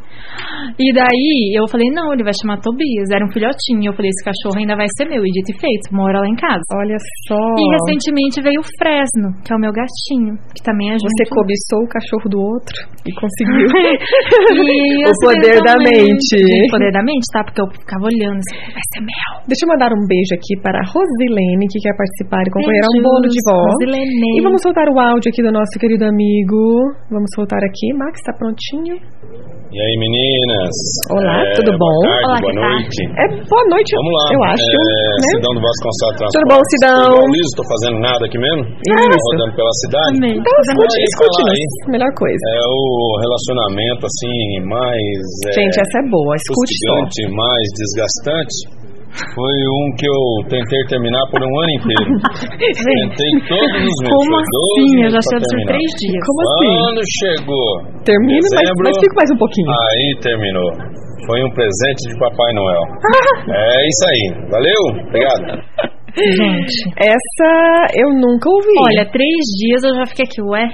S4: E daí eu falei, não, ele vai chamar Tobias. Era um filhotinho. Eu falei, esse cachorro ainda vai ser meu. E dito e feito, mora lá em casa.
S3: Olha só.
S4: E recentemente veio o Fresno, que é o meu gatinho, que também é junto.
S3: Você cobiçou o cachorro do outro e conseguiu.
S4: E
S3: O poder da
S4: acidentalmente-
S3: mente.
S4: O poder da mente, tá? Porque eu ficava olhando assim, vai ser meu.
S3: Deixa eu mandar um beijo aqui para a Rosilene, que quer participar e concorrer a um
S4: Beijos,
S3: bolo de voz.
S4: Rosilene.
S3: E vamos soltar o áudio aqui do nosso querido amigo. Vamos soltar aqui. Max, tá prontinho?
S5: E aí, meninas? É,
S3: Olá, tudo bom?
S5: Boa tarde, boa
S4: Olá, que tarde.
S5: noite.
S3: É boa noite,
S5: Vamos lá.
S3: eu acho.
S5: É,
S3: né?
S5: Cidão do Vasconcelos Transportes.
S3: Tudo bom, Cidão?
S5: Tudo bom, Liso? Tô fazendo nada aqui mesmo?
S3: Isso.
S5: Rodando pela cidade?
S4: Amei.
S3: Então escute,
S5: Aí,
S3: escute
S5: fala
S3: nos
S5: aí.
S3: Melhor coisa.
S5: É o relacionamento, assim, mais... é,
S3: Gente, essa é boa. Escute só.
S5: Fustigante, mais desgastante. Foi um que eu tentei terminar por um ano inteiro. tentei todos os meses.
S4: Como
S5: foi 12
S4: assim? Eu
S5: meses
S4: já
S5: pra
S4: tinha por
S5: terminar.
S4: três dias.
S3: Como assim?
S5: Quando chegou
S3: Termina, mas,
S5: dezembro, Ah.
S3: mas fica mais um pouquinho.
S5: Aí terminou. Foi um presente de Papai Noel. É isso aí. Valeu? Obrigado.
S4: Gente,
S3: Essa eu nunca ouvi.
S4: olha, três dias eu já fiquei aqui, ué.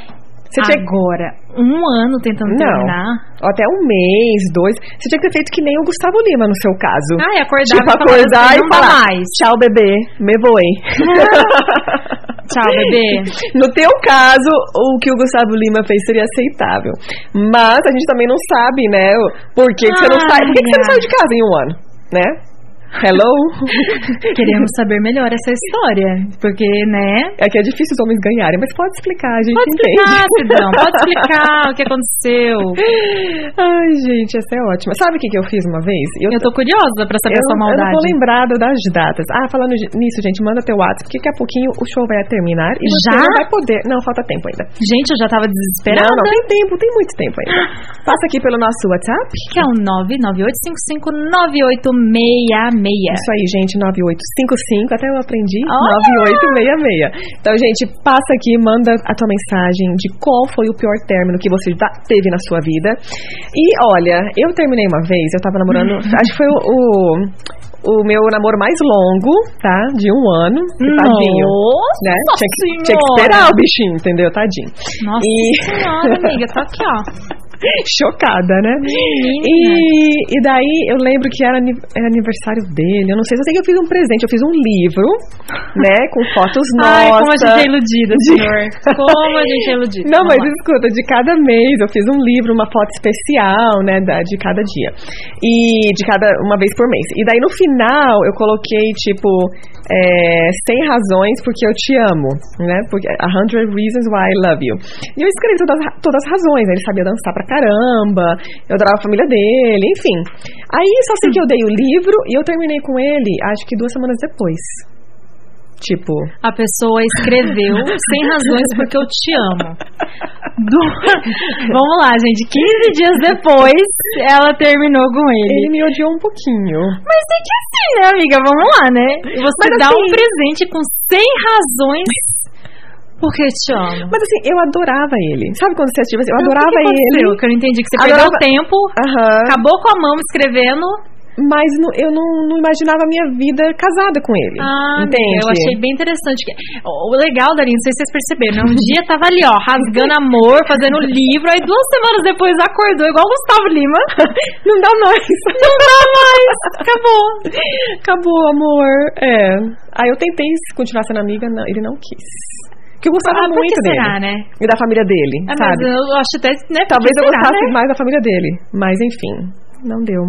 S3: Você tinha-
S4: agora, um ano tentando
S3: Não.
S4: terminar.
S3: até um mês, dois. Você tinha que ter feito que nem o Gustavo Lima no seu caso.
S4: Ai, acordava
S3: tipo,
S4: e falava
S3: acordar
S4: assim,
S3: e
S4: não dá
S3: falar:
S4: mais.
S3: Tchau, bebê, me voei.
S4: Tchau, Tá, bebê.
S3: No teu caso, o que o Gustavo Lima fez seria aceitável. Mas a gente também não sabe, né? o- Por que, que você não
S4: Ai,
S3: sai? Por que, que você não
S4: ai.
S3: saiu de casa em um ano, né? Hello?
S4: Queremos saber melhor essa história, porque, né?
S3: É que é difícil os homens ganharem, mas pode explicar, a gente
S4: Pode
S3: entende.
S4: explicar, Cidão, pode explicar o que aconteceu.
S3: Ai, gente, essa é ótima. Sabe o que, que eu fiz uma vez?
S4: Eu tô curiosa pra saber
S3: eu,
S4: sua
S3: eu não
S4: maldade.
S3: vou lembrada das datas. Ah, falando de- nisso, gente, manda teu WhatsApp, porque daqui a pouquinho o show vai terminar e você
S4: Já?
S3: não vai poder. Não, falta tempo ainda.
S4: Gente, eu já tava desesperada.
S3: Não, não, tem tempo, tem muito tempo ainda. Passa aqui pelo nosso WhatsApp.
S4: Que é o 998559866.
S3: É Isso aí, gente, 9855, até eu aprendi,
S4: Olha!
S3: 9866. Então, gente, passa aqui, manda a tua mensagem de qual foi o pior término que você já teve na sua vida. E, olha, eu terminei uma vez, eu tava namorando, acho que foi o... o o meu namoro mais longo, tá? De um ano. que Tadinho.
S4: Nossa
S3: né? Tinha que, tinha que
S4: Senhora!
S3: esperar o bichinho, entendeu? Tadinho.
S4: Nossa
S3: E-
S4: senhora, amiga, tá aqui, ó.
S3: Chocada, né? E, e daí eu lembro que era, ani- era aniversário dele. Eu não sei, só sei que eu fiz um presente. Eu fiz um livro, né? Com fotos
S4: Ai, como a
S3: nossas.
S4: gente é iludida, senhor. Como a gente é iludida.
S3: Não, mas
S4: Vamos lá.
S3: escuta, de cada mês eu fiz um livro, uma foto especial, né, da- de cada dia. E de cada, uma vez por mês. E daí no final eu coloquei, tipo, é, 100 razões porque eu te amo, né, porque, a 100 reasons why I love you. E eu escrevi todas, as ra- todas as razões, né? ele sabia dançar pra caramba, eu adorava a família dele, enfim. Aí só sei que eu dei o livro e eu terminei com ele, acho que duas semanas depois. Tipo,
S4: A pessoa escreveu sem razões porque eu te amo. Do- Vamos lá, gente. 15 dias depois, ela terminou com
S3: ele
S4: ele.
S3: me odiou um pouquinho.
S4: Mas é que assim, né, amiga? Vamos lá, né? Você
S3: Mas
S4: dá um
S3: assim-
S4: presente com 100 razões porque eu te amo.
S3: Mas assim, eu adorava ele. Sabe quando você assistiu? assim, Eu
S4: Mas o que
S3: adorava
S4: que
S3: ele.
S4: aconteceu? Que eu não entendi que você perdeu
S3: Adorava-
S4: o tempo,
S3: Aham.
S4: acabou com a mão escrevendo.
S3: Mas não- eu não, não imaginava a minha vida casada com ele.
S4: Ah,
S3: entende?
S4: eu achei bem interessante. que- O o legal, Darinho, não sei se vocês perceberam, né? um dia tava ali, ó, rasgando amor, fazendo livro, aí duas semanas depois acordou, igual o Gustavo Lima.
S3: Não dá mais.
S4: Não Ah, dá mais, acabou.
S3: Acabou, amor. É. Aí eu tentei continuar sendo amiga, não, ele não quis. Porque eu gostava
S4: Ah, por
S3: muito
S4: que
S3: dele.
S4: será, né?
S3: E da família dele,
S4: Ah, mas
S3: sabe?
S4: eu acho até, né? por
S3: Talvez
S4: que
S3: eu
S4: será,
S3: gostasse
S4: né?
S3: mais da família dele. Mas enfim, não deu.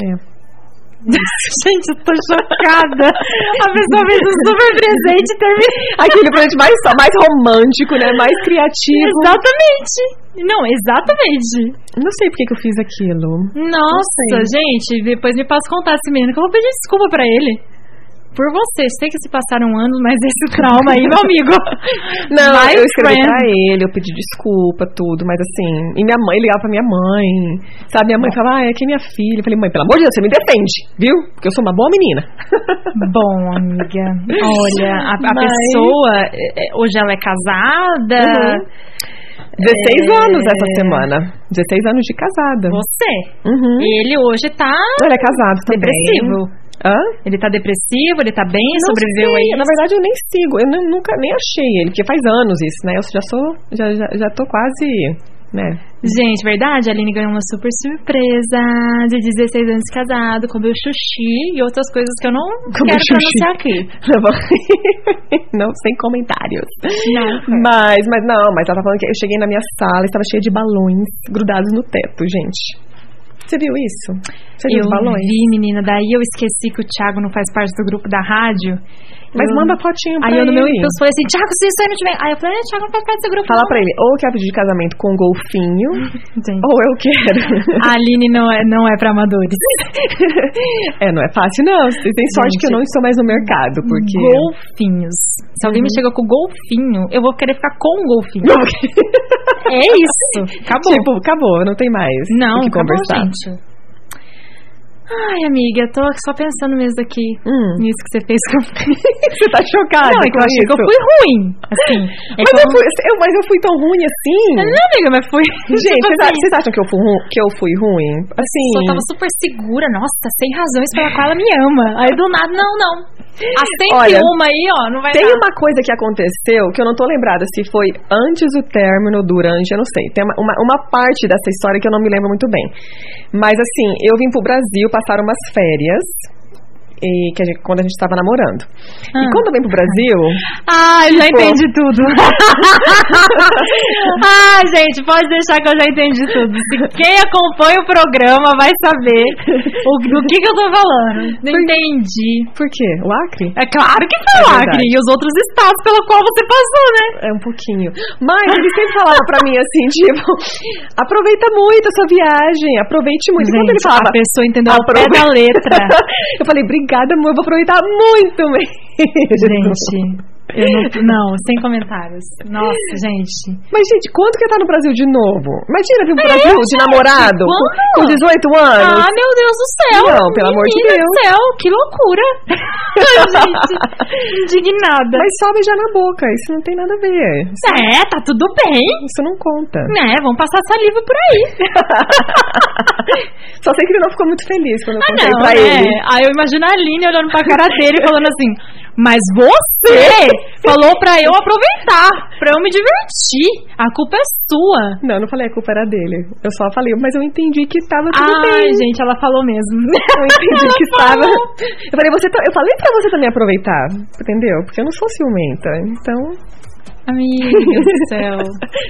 S3: É.
S4: Gente, eu tô chocada. A pessoa fez um super presente e terminou.
S3: Aquele presente mais, mais romântico, né? Mais
S4: Tipo.
S3: criativo.
S4: Exatamente. Não, exatamente.
S3: Não sei por que que eu fiz aquilo.
S4: Nossa, gente, depois me passa contar esse menino que eu vou pedir desculpa pra ele. Por você, sei que se passaram anos, mas esse trauma aí, meu amigo.
S3: Não,
S4: My
S3: eu escrevi
S4: friend.
S3: pra ele, eu pedi desculpa, tudo, mas assim, e minha mãe ligava pra minha mãe, sabe? Minha mãe falava, ah, é que é minha filha. Eu falei, mãe, pelo amor de Deus, você me defende, viu? Porque eu sou uma boa menina.
S4: Bom, amiga, olha, a, a
S3: Mas-
S4: pessoa, é, é, hoje ela é casada.
S3: Uhum. 16
S4: É.
S3: anos essa semana. 16 anos de casada.
S4: Você.
S3: Uhum.
S4: E ele hoje tá
S3: Ele é casado também.
S4: depressivo.
S3: Hã?
S4: Ele tá depressivo, ele tá bem,
S3: Não
S4: sobreviveu
S3: sei,
S4: aí.
S3: Na verdade, eu nem sigo. Eu nem- nunca nem achei ele, porque faz anos isso, né? Eu já sou. Já, já, já tô quase né?
S4: Gente, verdade, a Aline ganhou uma super surpresa de 16 anos de casado, comeu xuxi e outras coisas que eu não
S3: Comeu
S4: quero pronunciar
S3: xuxi.
S4: aqui.
S3: Eu vou- não, sem comentários.
S4: Não.
S3: Mas, mas não, mas ela tá falando que eu cheguei na minha sala e estava cheia de balões grudados no teto, gente. Você viu isso? Você viu
S4: Eu
S3: os balões?
S4: vi, menina, daí eu esqueci que o Thiago não faz parte do grupo da rádio.
S3: Mas
S4: Eu-
S3: manda fotinho pra
S4: Aí eu no meu
S3: ele.
S4: impulso falei assim, Thiago, se isso aí não tiver... Aí eu falei, é, Thiago não faz parte do grupo.
S3: Fala pra ele, Oh. ou quer pedir casamento com um golfinho,
S4: não. Gente.
S3: ou eu quero.
S4: A Aline não é, não é pra amadores.
S3: é, não é fácil, não. Você tem sorte
S4: Gente.
S3: que eu não estou mais no mercado, porque.
S4: Golfinhos. Se alguém
S3: Uhum.
S4: me chega com golfinho, eu vou querer ficar com o golfinho. É isso. Acabou.
S3: Tipo, acabou, não tem mais o
S4: não,
S3: que
S4: acabou,
S3: conversar.
S4: gente. Ai, amiga, eu tô só pensando mesmo aqui
S3: Hum.
S4: nisso que você fez com
S3: Você tá chocada
S4: Não, é que
S3: com
S4: eu achei
S3: isso.
S4: que eu fui ruim. Assim. É
S3: mas,
S4: que
S3: eu
S4: não-
S3: fui, eu- mas eu fui tão ruim assim.
S4: Não, amiga, mas fui.
S3: Gente, tá vocês
S4: tipo assim,
S3: acham- vocês acham que eu fui, ru- que eu fui ruim? Assim.
S4: eu tava super segura, nossa, sem razões pela qual ela me ama. Aí do nada, não, não. Aceita
S3: Olha,
S4: uma aí, ó, não vai
S3: Tem
S4: dar.
S3: uma coisa que aconteceu que eu não tô lembrada se foi antes do término, durante, eu não sei. Tem uma, uma, uma parte dessa história que eu não me lembro muito bem. Mas assim, eu vim pro Brasil passar umas férias. E que a gente- quando a gente tava namorando. E
S4: Ah.
S3: quando eu vim pro Brasil.
S4: Ah, eu já
S3: Tipo-
S4: entendi tudo. ah, gente, pode deixar que eu já entendi tudo. Se Quem acompanha o programa vai saber o, do que, que eu tô falando. Não entendi.
S3: Por quê? O Acre?
S4: É claro que foi o
S3: É
S4: Acre
S3: verdade.
S4: e os outros estados pelo qual você passou, né?
S3: É um pouquinho. Mas ele sempre falava pra mim assim, tipo, aproveita muito a sua viagem, aproveite muito. E quando ele
S4: Gente,
S3: falava,
S4: a pessoa entendeu ao pé
S3: "Aprove-"
S4: da letra.
S3: eu falei, obrigada, amor, eu vou aproveitar muito mesmo.
S4: Gente, eu não, não, sem comentários. Nossa, gente.
S3: Mas, gente, quanto que tá no Brasil de novo? Imagina vir pro
S4: É,
S3: Brasil de
S4: gente,
S3: namorado
S4: quando?
S3: com, com 18 anos.
S4: Ah, meu Deus do céu!
S3: Não, pelo amor de
S4: Menina
S3: Deus.
S4: do céu, que loucura! Gente, indignada.
S3: Mas só beijar na boca, isso não tem nada a ver.
S4: É, tá tudo bem,
S3: Isso não conta.
S4: né? Vamos passar saliva por aí.
S3: Só sei que ele não ficou muito feliz quando eu
S4: Ah,
S3: contei
S4: não,
S3: pra
S4: né?
S3: ele.
S4: Aí eu imagino a Aline olhando pra cara dele e falando assim, mas você falou pra eu aproveitar, pra eu me divertir. A culpa é sua.
S3: Não, eu não falei a culpa era dele. Eu só falei, mas eu entendi que tava tudo
S4: Ai,
S3: bem.
S4: gente, ela falou mesmo.
S3: Eu entendi que estava.
S4: Ela falou.
S3: Eu falei, você tá- eu falei pra você também aproveitar, entendeu? Porque eu não sou ciumenta, então.
S4: Amiga do céu.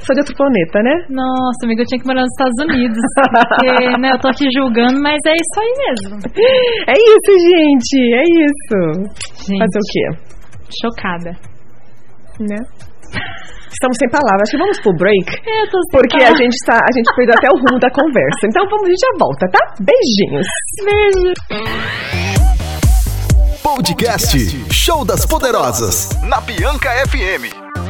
S3: sou de outro planeta, né?
S4: Nossa, amiga, eu tinha que morar nos Estados Unidos. Porque, né, eu tô aqui julgando, mas é isso aí mesmo.
S3: É isso, gente. É isso.
S4: Gente,
S3: Fazer o quê?
S4: chocada.
S3: Né? Estamos sem palavras. Acho que vamos pro break.
S4: Eu tô sem
S3: Porque a
S4: palavras.
S3: gente, tá, a gente perdeu até o rumo da conversa. Então vamos, a gente já volta, tá? Beijinhos.
S4: Beijo.
S1: Podcast Show das Poderosas na Bianca FM.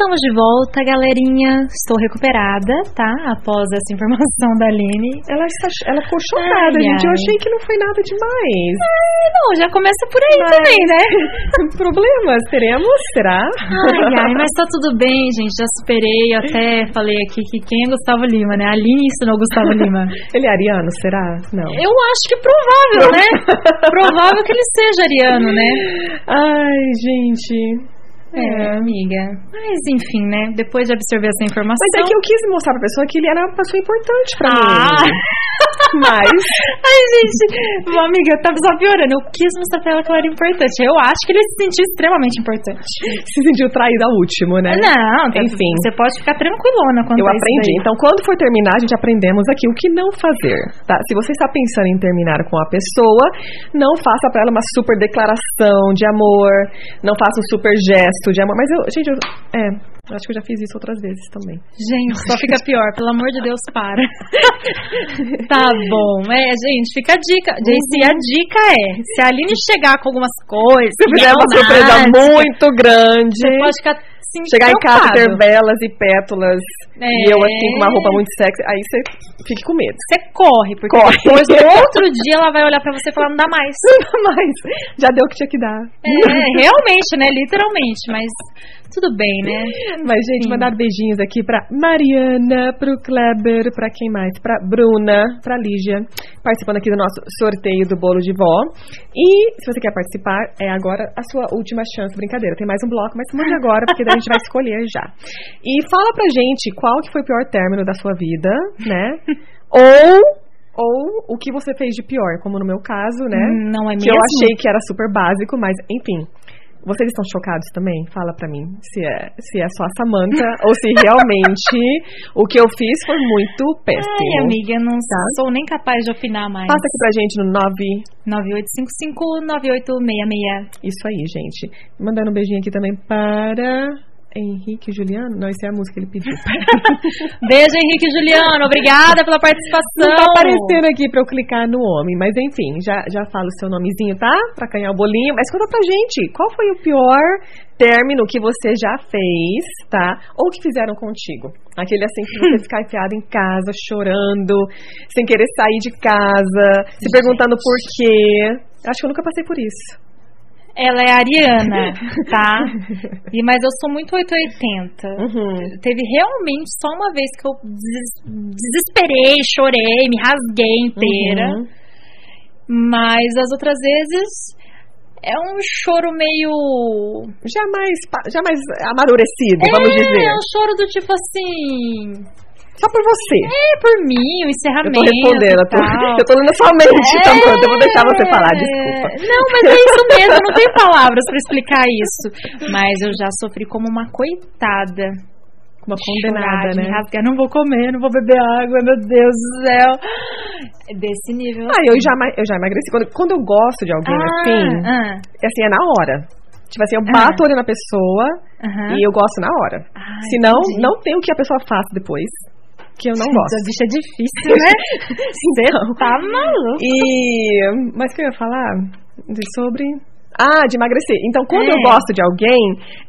S4: Estamos de volta, galerinha. Estou recuperada, tá? Após essa informação da Aline.
S3: Ela, está, ela ficou chocada,
S4: Ai,
S3: gente. Eu
S4: ai.
S3: achei que não foi nada demais.
S4: É, não, já começa por aí também, né?
S3: Problemas teremos? Será?
S4: Ai, ai, mas tá tudo bem, gente. Já superei. Eu até falei aqui que quem é Gustavo Lima, né? A Aline ensinou Gustavo Lima.
S3: Ele é ariano, será? Não.
S4: Eu acho que é provável, né? Provável que ele seja ariano, né?
S3: Ai, gente.
S4: É, amiga. Mas enfim, né? Depois de absorver essa informação.
S3: Mas é que eu quis mostrar pra pessoa que ele era uma pessoa importante pra
S4: Ah!
S3: mim. Mas.
S4: Ai, gente, uma amiga, eu tava só piorando. Eu quis mostrar pra ela que ela era importante. Eu acho que ele se sentiu extremamente importante.
S3: se sentiu traída ao último, né?
S4: Não, tá-
S3: Enfim.
S4: Você pode ficar tranquilona quanto
S3: Eu
S4: a isso
S3: aprendi.
S4: daí.
S3: Então, quando for terminar, a gente aprendemos aqui o que não fazer. tá? Se você está pensando em terminar com a pessoa, não faça pra ela uma super declaração de amor, não faça um super gesto de amor. Mas eu, gente, eu, é, eu acho que eu já fiz isso outras vezes também.
S4: Gente, só fica pior. Pelo amor de Deus, para. tá bom. É, gente, fica a dica. Gente, e a dica é: se a Aline chegar com algumas coisas.
S3: Se fizer uma surpresa muito grande,
S4: Você pode ficar assim,
S3: chegar em casa e ter
S4: preocupado.
S3: velas e pétalas e
S4: É.
S3: eu assim com uma roupa muito sexy, aí você fique com medo.
S4: Você corre, porque
S3: Corre.
S4: depois no outro dia ela vai olhar pra você e falar, não dá mais.
S3: Mas já deu o que tinha que dar.
S4: É, realmente, né? Literalmente, mas tudo bem, né?
S3: Mas, gente,
S4: Sim.
S3: mandar beijinhos aqui pra Mariana, pro Kleber, pra quem mais? Pra Bruna, pra Lígia, participando aqui do nosso sorteio do bolo de vó. E se você quer participar, é agora a sua última chance. Brincadeira, tem mais um bloco, mas mande agora, porque daí a gente vai escolher já. E fala pra gente qual que foi o pior término da sua vida, né? Ou ou o que você fez de pior, como no meu caso, né?
S4: Não é
S3: que eu
S4: mesmo?
S3: achei que era super básico, mas enfim. Vocês estão chocados também? Fala pra mim se é, se é só a Samanta ou se realmente o que eu fiz foi muito péssimo.
S4: Ai, amiga, não sou nem capaz de opinar mais.
S3: Tá. Passa aqui pra gente no 9
S4: 9855-9866.
S3: Isso aí, gente. Mandando um beijinho aqui também para Henrique Juliano. Não, essa é a música que ele pediu.
S4: Beijo, Henrique e Juliano. Obrigada pela participação.
S3: Não tá aparecendo aqui pra eu clicar no homem, mas enfim, já, já falo o seu nomezinho, tá? Pra ganhar o bolinho. Mas conta pra gente, qual foi o pior término que você já fez, tá? Ou que fizeram contigo? Aquele assim que você ficar enfiado em casa, chorando, sem querer sair de casa, se perguntando por quê. Acho que eu nunca passei por isso.
S4: Ela é ariana, tá? E, mas eu sou muito 880.
S3: Uhum.
S4: Teve realmente só uma vez que eu des- desesperei, chorei, me rasguei inteira.
S3: Uhum.
S4: Mas as outras vezes é um choro meio.
S3: Jamais, pa- jamais amadurecido, vamos dizer.
S4: É um choro do tipo assim.
S3: Só por você.
S4: É por mim,
S3: Eu
S4: o
S3: tô
S4: encerramento.
S3: respondendo,
S4: e
S3: eu tô,
S4: tal.
S3: eu tô lendo sua mente,
S4: É.
S3: Samanta. Eu vou deixar você falar, desculpa.
S4: Não, mas é isso mesmo, eu não tenho palavras pra explicar isso. Mas eu já sofri como uma coitada.
S3: Uma
S4: Chorar,
S3: condenada,
S4: de
S3: né?
S4: me rasgar, não vou comer, não vou beber água, meu Deus do céu. Desse nível.
S3: Ah, eu já, ma- eu já emagreci. Quando, quando eu gosto de alguém, assim,
S4: ah,
S3: é assim, é na hora. Tipo assim, eu bato o olho na pessoa
S4: aham.
S3: e eu gosto na hora.
S4: Ah,
S3: Senão,
S4: entendi.
S3: não tem o que a pessoa faça depois, que eu não gosto. Então,
S4: Essa bicha é difícil, né? Você tá maluco.
S3: E. Mas o que eu ia falar? De- Sobre. Ah, de emagrecer. Então, quando
S4: É.
S3: eu gosto de alguém,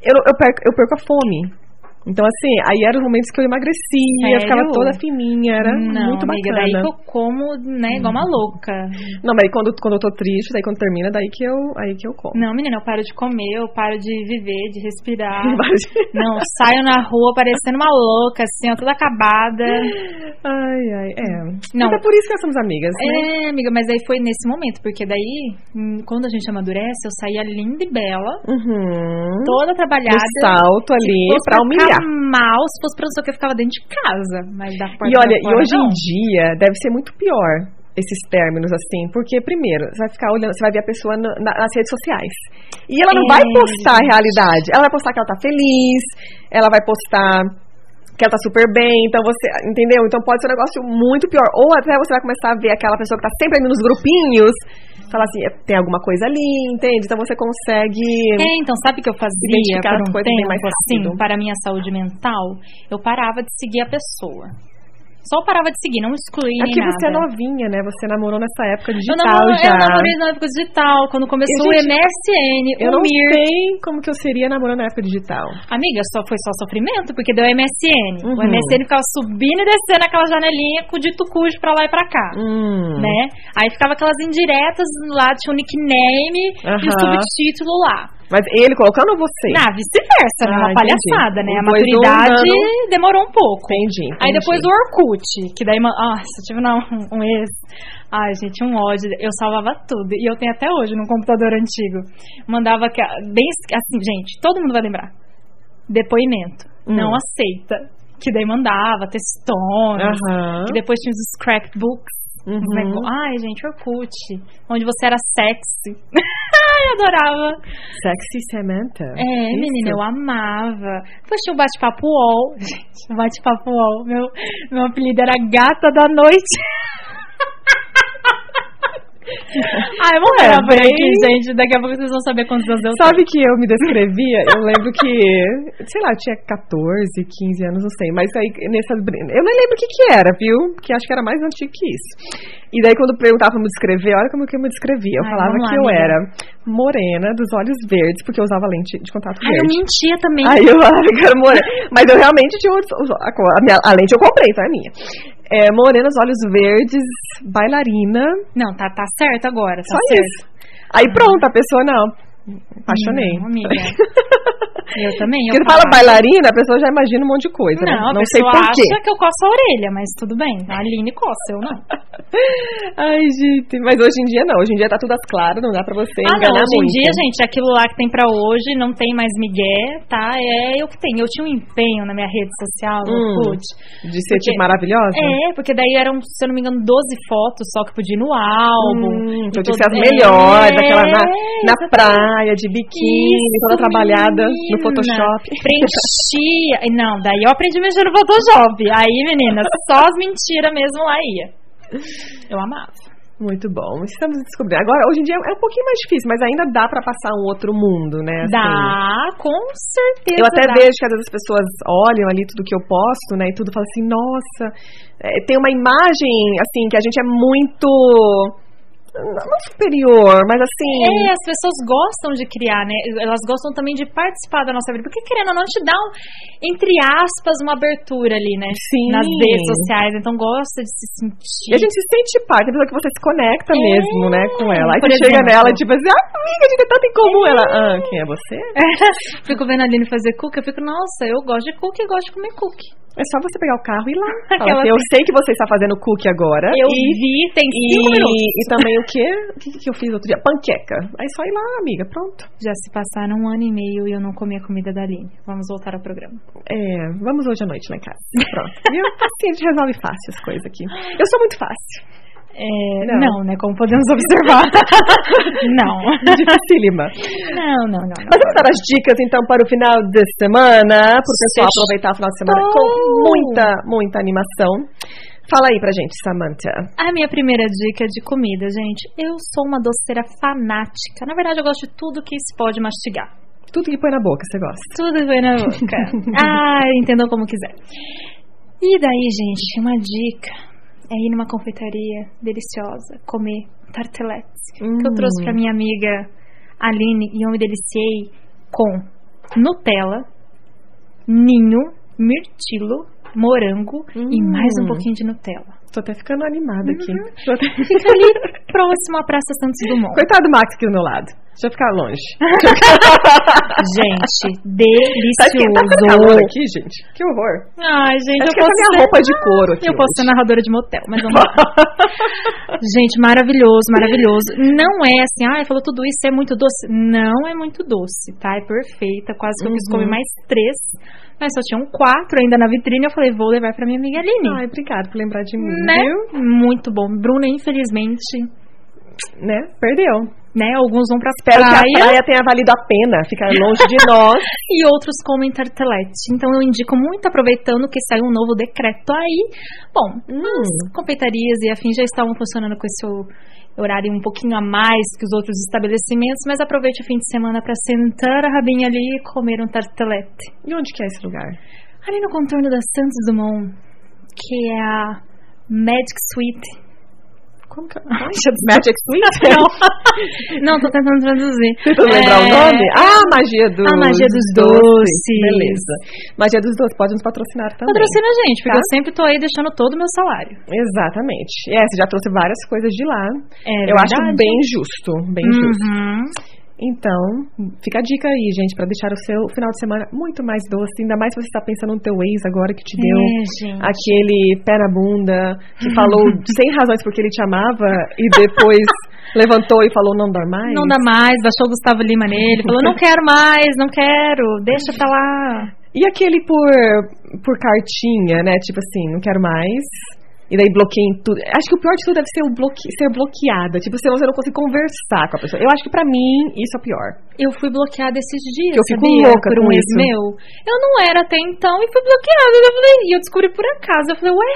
S3: eu, eu, perco, eu perco a fome. Então, assim, aí eram os momentos que eu emagrecia,
S4: Sério?
S3: ficava toda fininha, era
S4: não,
S3: muito bacana.
S4: amiga,
S3: Hum.
S4: daí que eu como, né, igual uma louca.
S3: Não, mas aí quando, quando eu tô triste, daí quando termina, daí que eu, aí que eu como.
S4: Não, menina, eu paro de comer, eu paro de viver,
S3: Ah.
S4: de respirar.
S3: Imagina.
S4: Não, saio na rua parecendo uma louca, assim, ó,
S3: Hum.
S4: toda acabada.
S3: Ai, ai, é.
S4: Não.
S3: Mas é por isso que nós somos amigas, né?
S4: É, amiga, mas aí foi nesse momento, porque daí, hum, quando a gente amadurece, eu saía linda e bela,
S3: Uhum. O
S4: toda trabalhada.
S3: salto ali
S4: Se fosse
S3: pra humilhar.
S4: ficar mal, se fosse pra não sei o que, eu ficava dentro de casa. Mas da
S3: E
S4: porta
S3: olha, e
S4: pra fora,
S3: hoje
S4: não.
S3: em dia deve ser muito pior esses términos assim, porque primeiro, você vai ficar olhando, você vai ver a pessoa na- na- nas redes sociais. E ela não
S4: É,
S3: vai postar a realidade. Ela vai postar que ela tá feliz, ela vai postar que ela tá super bem, então você, entendeu? Então pode ser um negócio muito pior. Ou até você vai começar a ver aquela pessoa que tá sempre ali nos grupinhos, falar assim, "É, tem alguma coisa ali, entende? Então você consegue.
S4: É, então, sabe o que eu fazia
S3: Identificar
S4: por
S3: as
S4: um
S3: coisas bem
S4: tempo,
S3: mais
S4: assim,
S3: rápido.
S4: para a minha saúde mental? Eu parava de seguir a pessoa. Só parava de seguir, não excluía
S3: Aqui
S4: nem
S3: você é
S4: nada.
S3: novinha, né? Você namorou nessa época
S4: eu
S3: digital
S4: namoro,
S3: já.
S4: eu namorei na época digital, quando começou
S3: E, gente,
S4: o MSN,
S3: Eu
S4: o
S3: não
S4: Mir.
S3: sei como que eu seria namorando na época digital.
S4: Amiga, só foi só sofrimento, porque deu MSN. O
S3: Uhum.
S4: MSN ficava subindo e descendo aquela janelinha com o dito cujo pra lá e pra cá.
S3: Hum.
S4: Né? Aí ficava aquelas indiretas lá, tinha o nickname e o
S3: Aham.
S4: subtítulo lá.
S3: Mas ele colocando ou você?
S4: Na vice-versa,
S3: Ah,
S4: né? Uma
S3: entendi.
S4: palhaçada, né? A
S3: Os dois não
S4: maturidade
S3: andaram-
S4: demorou um pouco.
S3: Entendi, entendi.
S4: Aí depois o Orkut, que daí. man- Nossa, eu tive não, um ex. Ai, gente, um ódio. Eu salvava tudo. E eu tenho até hoje num computador antigo. Mandava. que- Bem, assim, gente, todo mundo vai lembrar. Depoimento.
S3: Hum.
S4: Não aceita. Que daí mandava textões.
S3: Aham.
S4: Que depois tinha os scrapbooks. uns
S3: Uhum.
S4: nego- Ai, gente, Orkut. Onde você era sexy. Ai, adorava.
S3: Sexy Samantha.
S4: É,
S3: Isso?
S4: menina, eu amava. Depois tinha o bate-papo UOL. Gente, o bate-papo UOL. Meu, meu apelido era Gata da Noite. Ai, vamos
S3: Ué,
S4: parar por
S3: bem-
S4: aqui, gente. Daqui a pouco vocês vão saber quantos anos eu
S3: Sabe que eu me descrevia? Eu lembro que, sei lá, eu tinha 14, 15 anos, não sei. Mas aí, nessa. Eu nem lembro o que que era, viu? Que acho que era mais antigo que isso. E daí, quando perguntava pra me descrever, olha como que eu me descrevia. Eu
S4: Ai,
S3: falava
S4: vamos lá,
S3: que eu
S4: amiga.
S3: era morena, dos olhos verdes, porque eu usava lente de contato
S4: Ai, eu
S3: verde.
S4: mentia também.
S3: Aí eu falava que era morena. Mas eu realmente tinha outros- os- a, co- a minha, a lente eu comprei, então é minha. É, morena, os olhos verdes, bailarina,
S4: Não, tá, tá certo agora. Tá
S3: só
S4: certo.
S3: isso. Aí pronto, a pessoa não. Apaixonei.
S4: Não, Hum, amiga. Eu também. Eu
S3: Porque tu fala
S4: falava-
S3: bailarina, a pessoa já imagina um monte de coisa. né?
S4: Não, a
S3: sei
S4: pessoa
S3: porquê.
S4: acha que eu coço a orelha, mas tudo bem. A Aline coça, eu não.
S3: Ai, gente. Mas hoje em dia não. Hoje em dia tá tudo às claras, não dá pra você
S4: Ah, não,
S3: enganar
S4: hoje em
S3: muito.
S4: dia, gente, aquilo lá que tem pra hoje, não tem mais migué, tá? É eu que tenho. Eu tinha um empenho na minha rede social, no
S3: Hum.
S4: Orkut.
S3: De ser
S4: Porque-
S3: tipo maravilhosa?
S4: É, porque daí eram, se eu não me engano, 12 fotos só que podia ir no álbum.
S3: Hum, então
S4: E
S3: tinha que
S4: todo-
S3: ser as melhores,
S4: É,
S3: aquela na, na
S4: exatamente.
S3: praia, de biquíni,
S4: Isso,
S3: toda trabalhada
S4: menina.
S3: no Photoshop.
S4: Preenchia. E Não, daí eu aprendi a mexer no Photoshop. Aí, menina, só as mentiras mesmo lá ia. Eu amava.
S3: Muito bom. Estamos descobrindo. Agora, hoje em dia é um pouquinho mais difícil, mas ainda dá pra passar um outro mundo, né? assim.
S4: Dá, com certeza.
S3: Eu até
S4: dá.
S3: vejo que às vezes as pessoas olham ali tudo que eu posto, né? E tudo fala assim, nossa, é, tem uma imagem, assim, que a gente é muito. Não superior, mas assim.
S4: É, as pessoas gostam de criar, né? Elas gostam também de participar da nossa vida. Porque querendo ou não, te dá, um, entre aspas, uma abertura ali, né?
S3: Sim.
S4: Nas redes sociais. Então gosta de se
S3: E
S4: sentir.
S3: a gente se sente parte, a pessoa que você se conecta
S4: É,
S3: mesmo, né, com ela. Aí
S4: por
S3: você chega
S4: exemplo.
S3: nela e tipo assim, ah, amiga, a gente tem tanto em comum. Ela, ah, quem é você?
S4: fico vendo a Aline fazer cookie, eu fico, nossa, eu gosto de cookie, eu gosto de comer cookie.
S3: É só você pegar o
S4: Tá
S3: carro e ir lá. Fala
S4: Aquela
S3: assim, eu sei que você está fazendo cookie agora.
S4: Eu
S3: e,
S4: vi, tem
S3: e, um
S4: cinco minutos.
S3: e também o quê? O que, que eu fiz outro dia? Panqueca. Aí só ir lá, amiga, pronto.
S4: Já se passaram um ano e meio e eu não comi a comida da Aline. Vamos voltar ao programa.
S3: É, vamos hoje à noite lá em casa. Pronto. Viu? Assim, a gente resolve fácil as coisas aqui. Eu sou muito fácil.
S4: É,
S3: Não.
S4: não. né? Como podemos observar. não.
S3: Dificílima.
S4: Não, não, não. não.
S3: Mas vamos dar as dicas então para o final de semana, para o pessoal aproveitar o final de semana com muita, muita animação. Fala aí pra gente, Samantha.
S4: A minha primeira dica de comida, gente. Eu sou uma doceira fanática. Na verdade, eu gosto de tudo que se pode mastigar.
S3: Tudo que põe na boca, você gosta.
S4: Tudo foi na boca. ah, entendam como quiser. E daí, gente, uma dica é ir numa confeitaria deliciosa, comer tartelettes que eu
S3: Hum.
S4: trouxe pra minha amiga Aline e eu me deliciei com Nutella, ninho, mirtilo, morango e
S3: Hum.
S4: mais um pouquinho de Nutella.
S3: Tô até ficando animada aqui. Tô até-
S4: Fica ali próximo à Praça Santos Dumont.
S3: Coitado do Max aqui do meu lado. Deixa eu ficar longe.
S4: Gente,
S3: Tá esquentando tá calor
S4: delicioso.
S3: aqui, gente? Que horror.
S4: Ai, gente,
S3: Acho
S4: eu
S3: que essa é a
S4: posso
S3: minha
S4: ser-
S3: roupa de couro aqui
S4: Eu posso ser
S3: hoje.
S4: narradora de motel, mas vamos lá. Gente, maravilhoso, maravilhoso. Não é assim, ah, falou tudo isso, é muito doce. Não é muito doce, tá? É perfeita. Quase que eu quis
S3: Uhum.
S4: comer mais três, mas só tinham quatro ainda na vitrine. Eu falei, vou levar pra minha amiga Aline.
S3: Ai, obrigado por lembrar de mim,
S4: né?
S3: viu?
S4: Muito bom. Bruna, infelizmente,
S3: Né? Perdeu.
S4: né? Alguns vão pra
S3: Espero
S4: praia.
S3: que a praia tenha valido a pena ficar longe de nós.
S4: e outros comem tartelete. Então eu indico muito aproveitando que saiu um novo decreto aí. Bom,
S3: Hum.
S4: as confeitarias e afins já estavam funcionando com esse horário um pouquinho a mais que os outros estabelecimentos, mas aproveite o fim de semana para sentar a rabinha ali e comer um tartelete.
S3: E onde que é esse lugar?
S4: Ali no contorno da Santos Dumont, que é a Magic Suite.
S3: Como que é? Magic Suite?
S4: Não, tô tentando traduzir.
S3: Tentando lembrar o
S4: É,
S3: nome? Ah, Magia dos
S4: A Magia dos Doces.
S3: Beleza. Magia dos Doces, pode nos patrocinar também.
S4: Patrocina a gente, porque
S3: Tá.
S4: eu sempre tô aí deixando todo o meu salário.
S3: Exatamente. É, você já trouxe várias coisas de lá.
S4: É
S3: Eu
S4: verdade.
S3: acho bem justo, bem justo.
S4: Uhum.
S3: Então, fica a dica aí, gente, pra deixar o seu final de semana muito mais doce, ainda mais se você tá pensando no teu ex agora que te deu
S4: É, gente.
S3: aquele pé na bunda, que falou sem razões porque ele te amava e depois levantou e falou não dá mais.
S4: Ah, Não dá mais, baixou o Gustavo Lima nele, falou, não quero mais, não quero, deixa pra lá.
S3: E aquele por, por cartinha, né? Tipo assim, não quero mais. E daí bloqueia em tudo. Acho que o pior de tudo deve ser o bloque, ser bloqueada. Tipo, se você não consegue conversar com a pessoa. Eu acho que pra mim isso é pior.
S4: Eu fui bloqueada esses dias,
S3: Eu fico
S4: sabia?
S3: louca
S4: por
S3: com
S4: um ex
S3: isso.
S4: meu. Eu não era até então e fui bloqueada. Eu falei, e eu descobri por acaso. Eu falei, ué,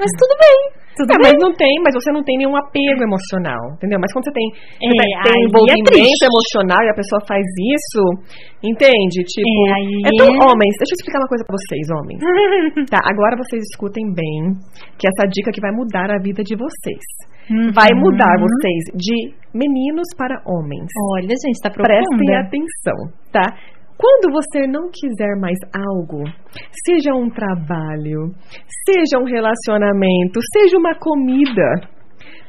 S4: mas tudo bem, tudo
S3: É, mas
S4: bem.
S3: não tem, mas você não tem nenhum apego emocional, entendeu? Mas quando você tem, você
S4: É,
S3: tá- tem
S4: aí é
S3: envolvimento
S4: triste.
S3: emocional e a pessoa faz isso, entende? Tipo,
S4: É, aí
S3: é tão
S4: é- Hum.
S3: homens, deixa eu explicar uma coisa pra vocês, homens. tá, agora vocês escutem bem que essa dica que vai mudar a vida de vocês.
S4: Uhum.
S3: Vai mudar vocês de meninos para homens.
S4: Olha, gente, tá
S3: Prestem
S4: profunda.
S3: atenção, tá? Quando você não quiser mais algo, seja um trabalho, seja um relacionamento, seja uma comida,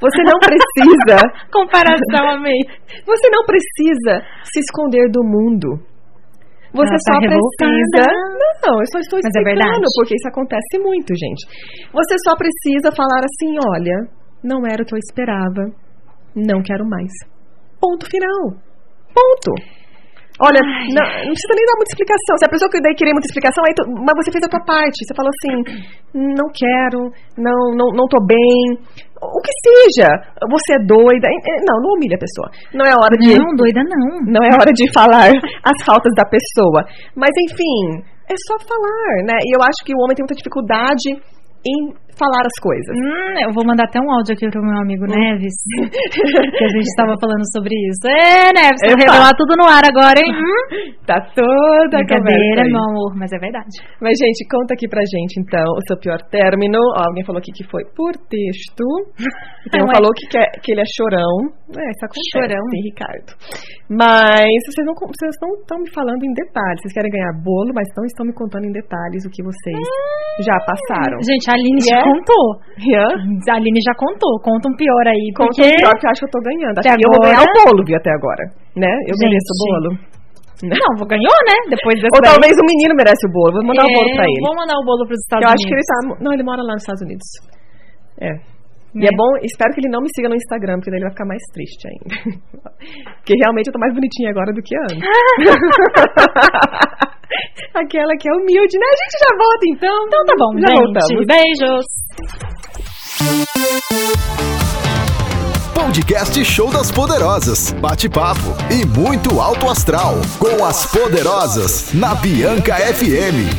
S3: você não precisa,
S4: Comparação, amei.
S3: você não precisa se esconder do mundo. Você
S4: Ela tá
S3: só precisa.
S4: revoltada.
S3: Não, não, eu só estou
S4: Mas é
S3: explicando,
S4: verdade.
S3: porque isso acontece muito, gente. Você só precisa falar assim, olha, Não era o que eu esperava. Não quero mais. Ponto final. Ponto. Olha, não, não precisa nem dar muita explicação. Se a pessoa que daí querer muita explicação, aí tu- mas você fez a tua parte. Você falou assim, não quero, não, não, não tô bem. O que seja, você é doida. Eh, Não, não humilha a pessoa. Não é hora de.
S4: Não, doida não.
S3: Não é hora de falar as faltas da pessoa. Mas enfim, é só falar, né? E eu acho que o homem tem muita dificuldade em falar as coisas.
S4: Hum, eu vou mandar até um áudio aqui pro meu amigo Neves. que a gente tava falando sobre isso. É, Neves, você
S3: Epa.
S4: vai revelar tudo no ar agora, hein? Hum?
S3: Tá toda a conversa
S4: Brincadeira,
S3: aí.
S4: meu amor, mas é verdade.
S3: Mas, gente, conta aqui pra gente, então, o seu pior término. Ó, alguém falou aqui que foi por texto. E Tem um
S4: Ué.
S3: falou que, quer- que ele é chorão. É, isso acontece,
S4: Chorão.
S3: hein, Ricardo. Mas vocês não vocês não estão me falando em detalhes. Vocês querem ganhar bolo, mas não estão me contando em detalhes o que vocês já passaram.
S4: Gente, a Aline já
S3: Yeah.
S4: contou.
S3: Rian?
S4: A Aline já contou. Conta um pior aí.
S3: Conta
S4: porque...
S3: o pior que eu acho que eu tô ganhando. Acho
S4: Até
S3: que eu vou
S4: agora-
S3: ganhar o bolo, viu, até agora. Né? Eu
S4: Gente.
S3: mereço o bolo.
S4: Não, vou- ganhou, né? Depois dessa
S3: Ou
S4: daí.
S3: talvez o menino merece o bolo. Vou mandar o
S4: É,
S3: bolo pra ele.
S4: Vou mandar o bolo pros Estados
S3: eu
S4: Unidos.
S3: acho que ele tá. Não, ele mora lá nos Estados Unidos. É. E
S4: Né?
S3: é bom, espero que ele não me siga no Instagram, porque daí ele vai ficar mais triste ainda. Porque realmente eu tô mais bonitinha agora do que antes. Aquela que é humilde, né? A gente já volta então.
S4: Então tá bom,
S3: já
S4: gente.
S3: voltamos.
S4: Beijos.
S1: Podcast Show das Poderosas. Bate-papo e muito alto astral. Com as Poderosas, na Bianca FM.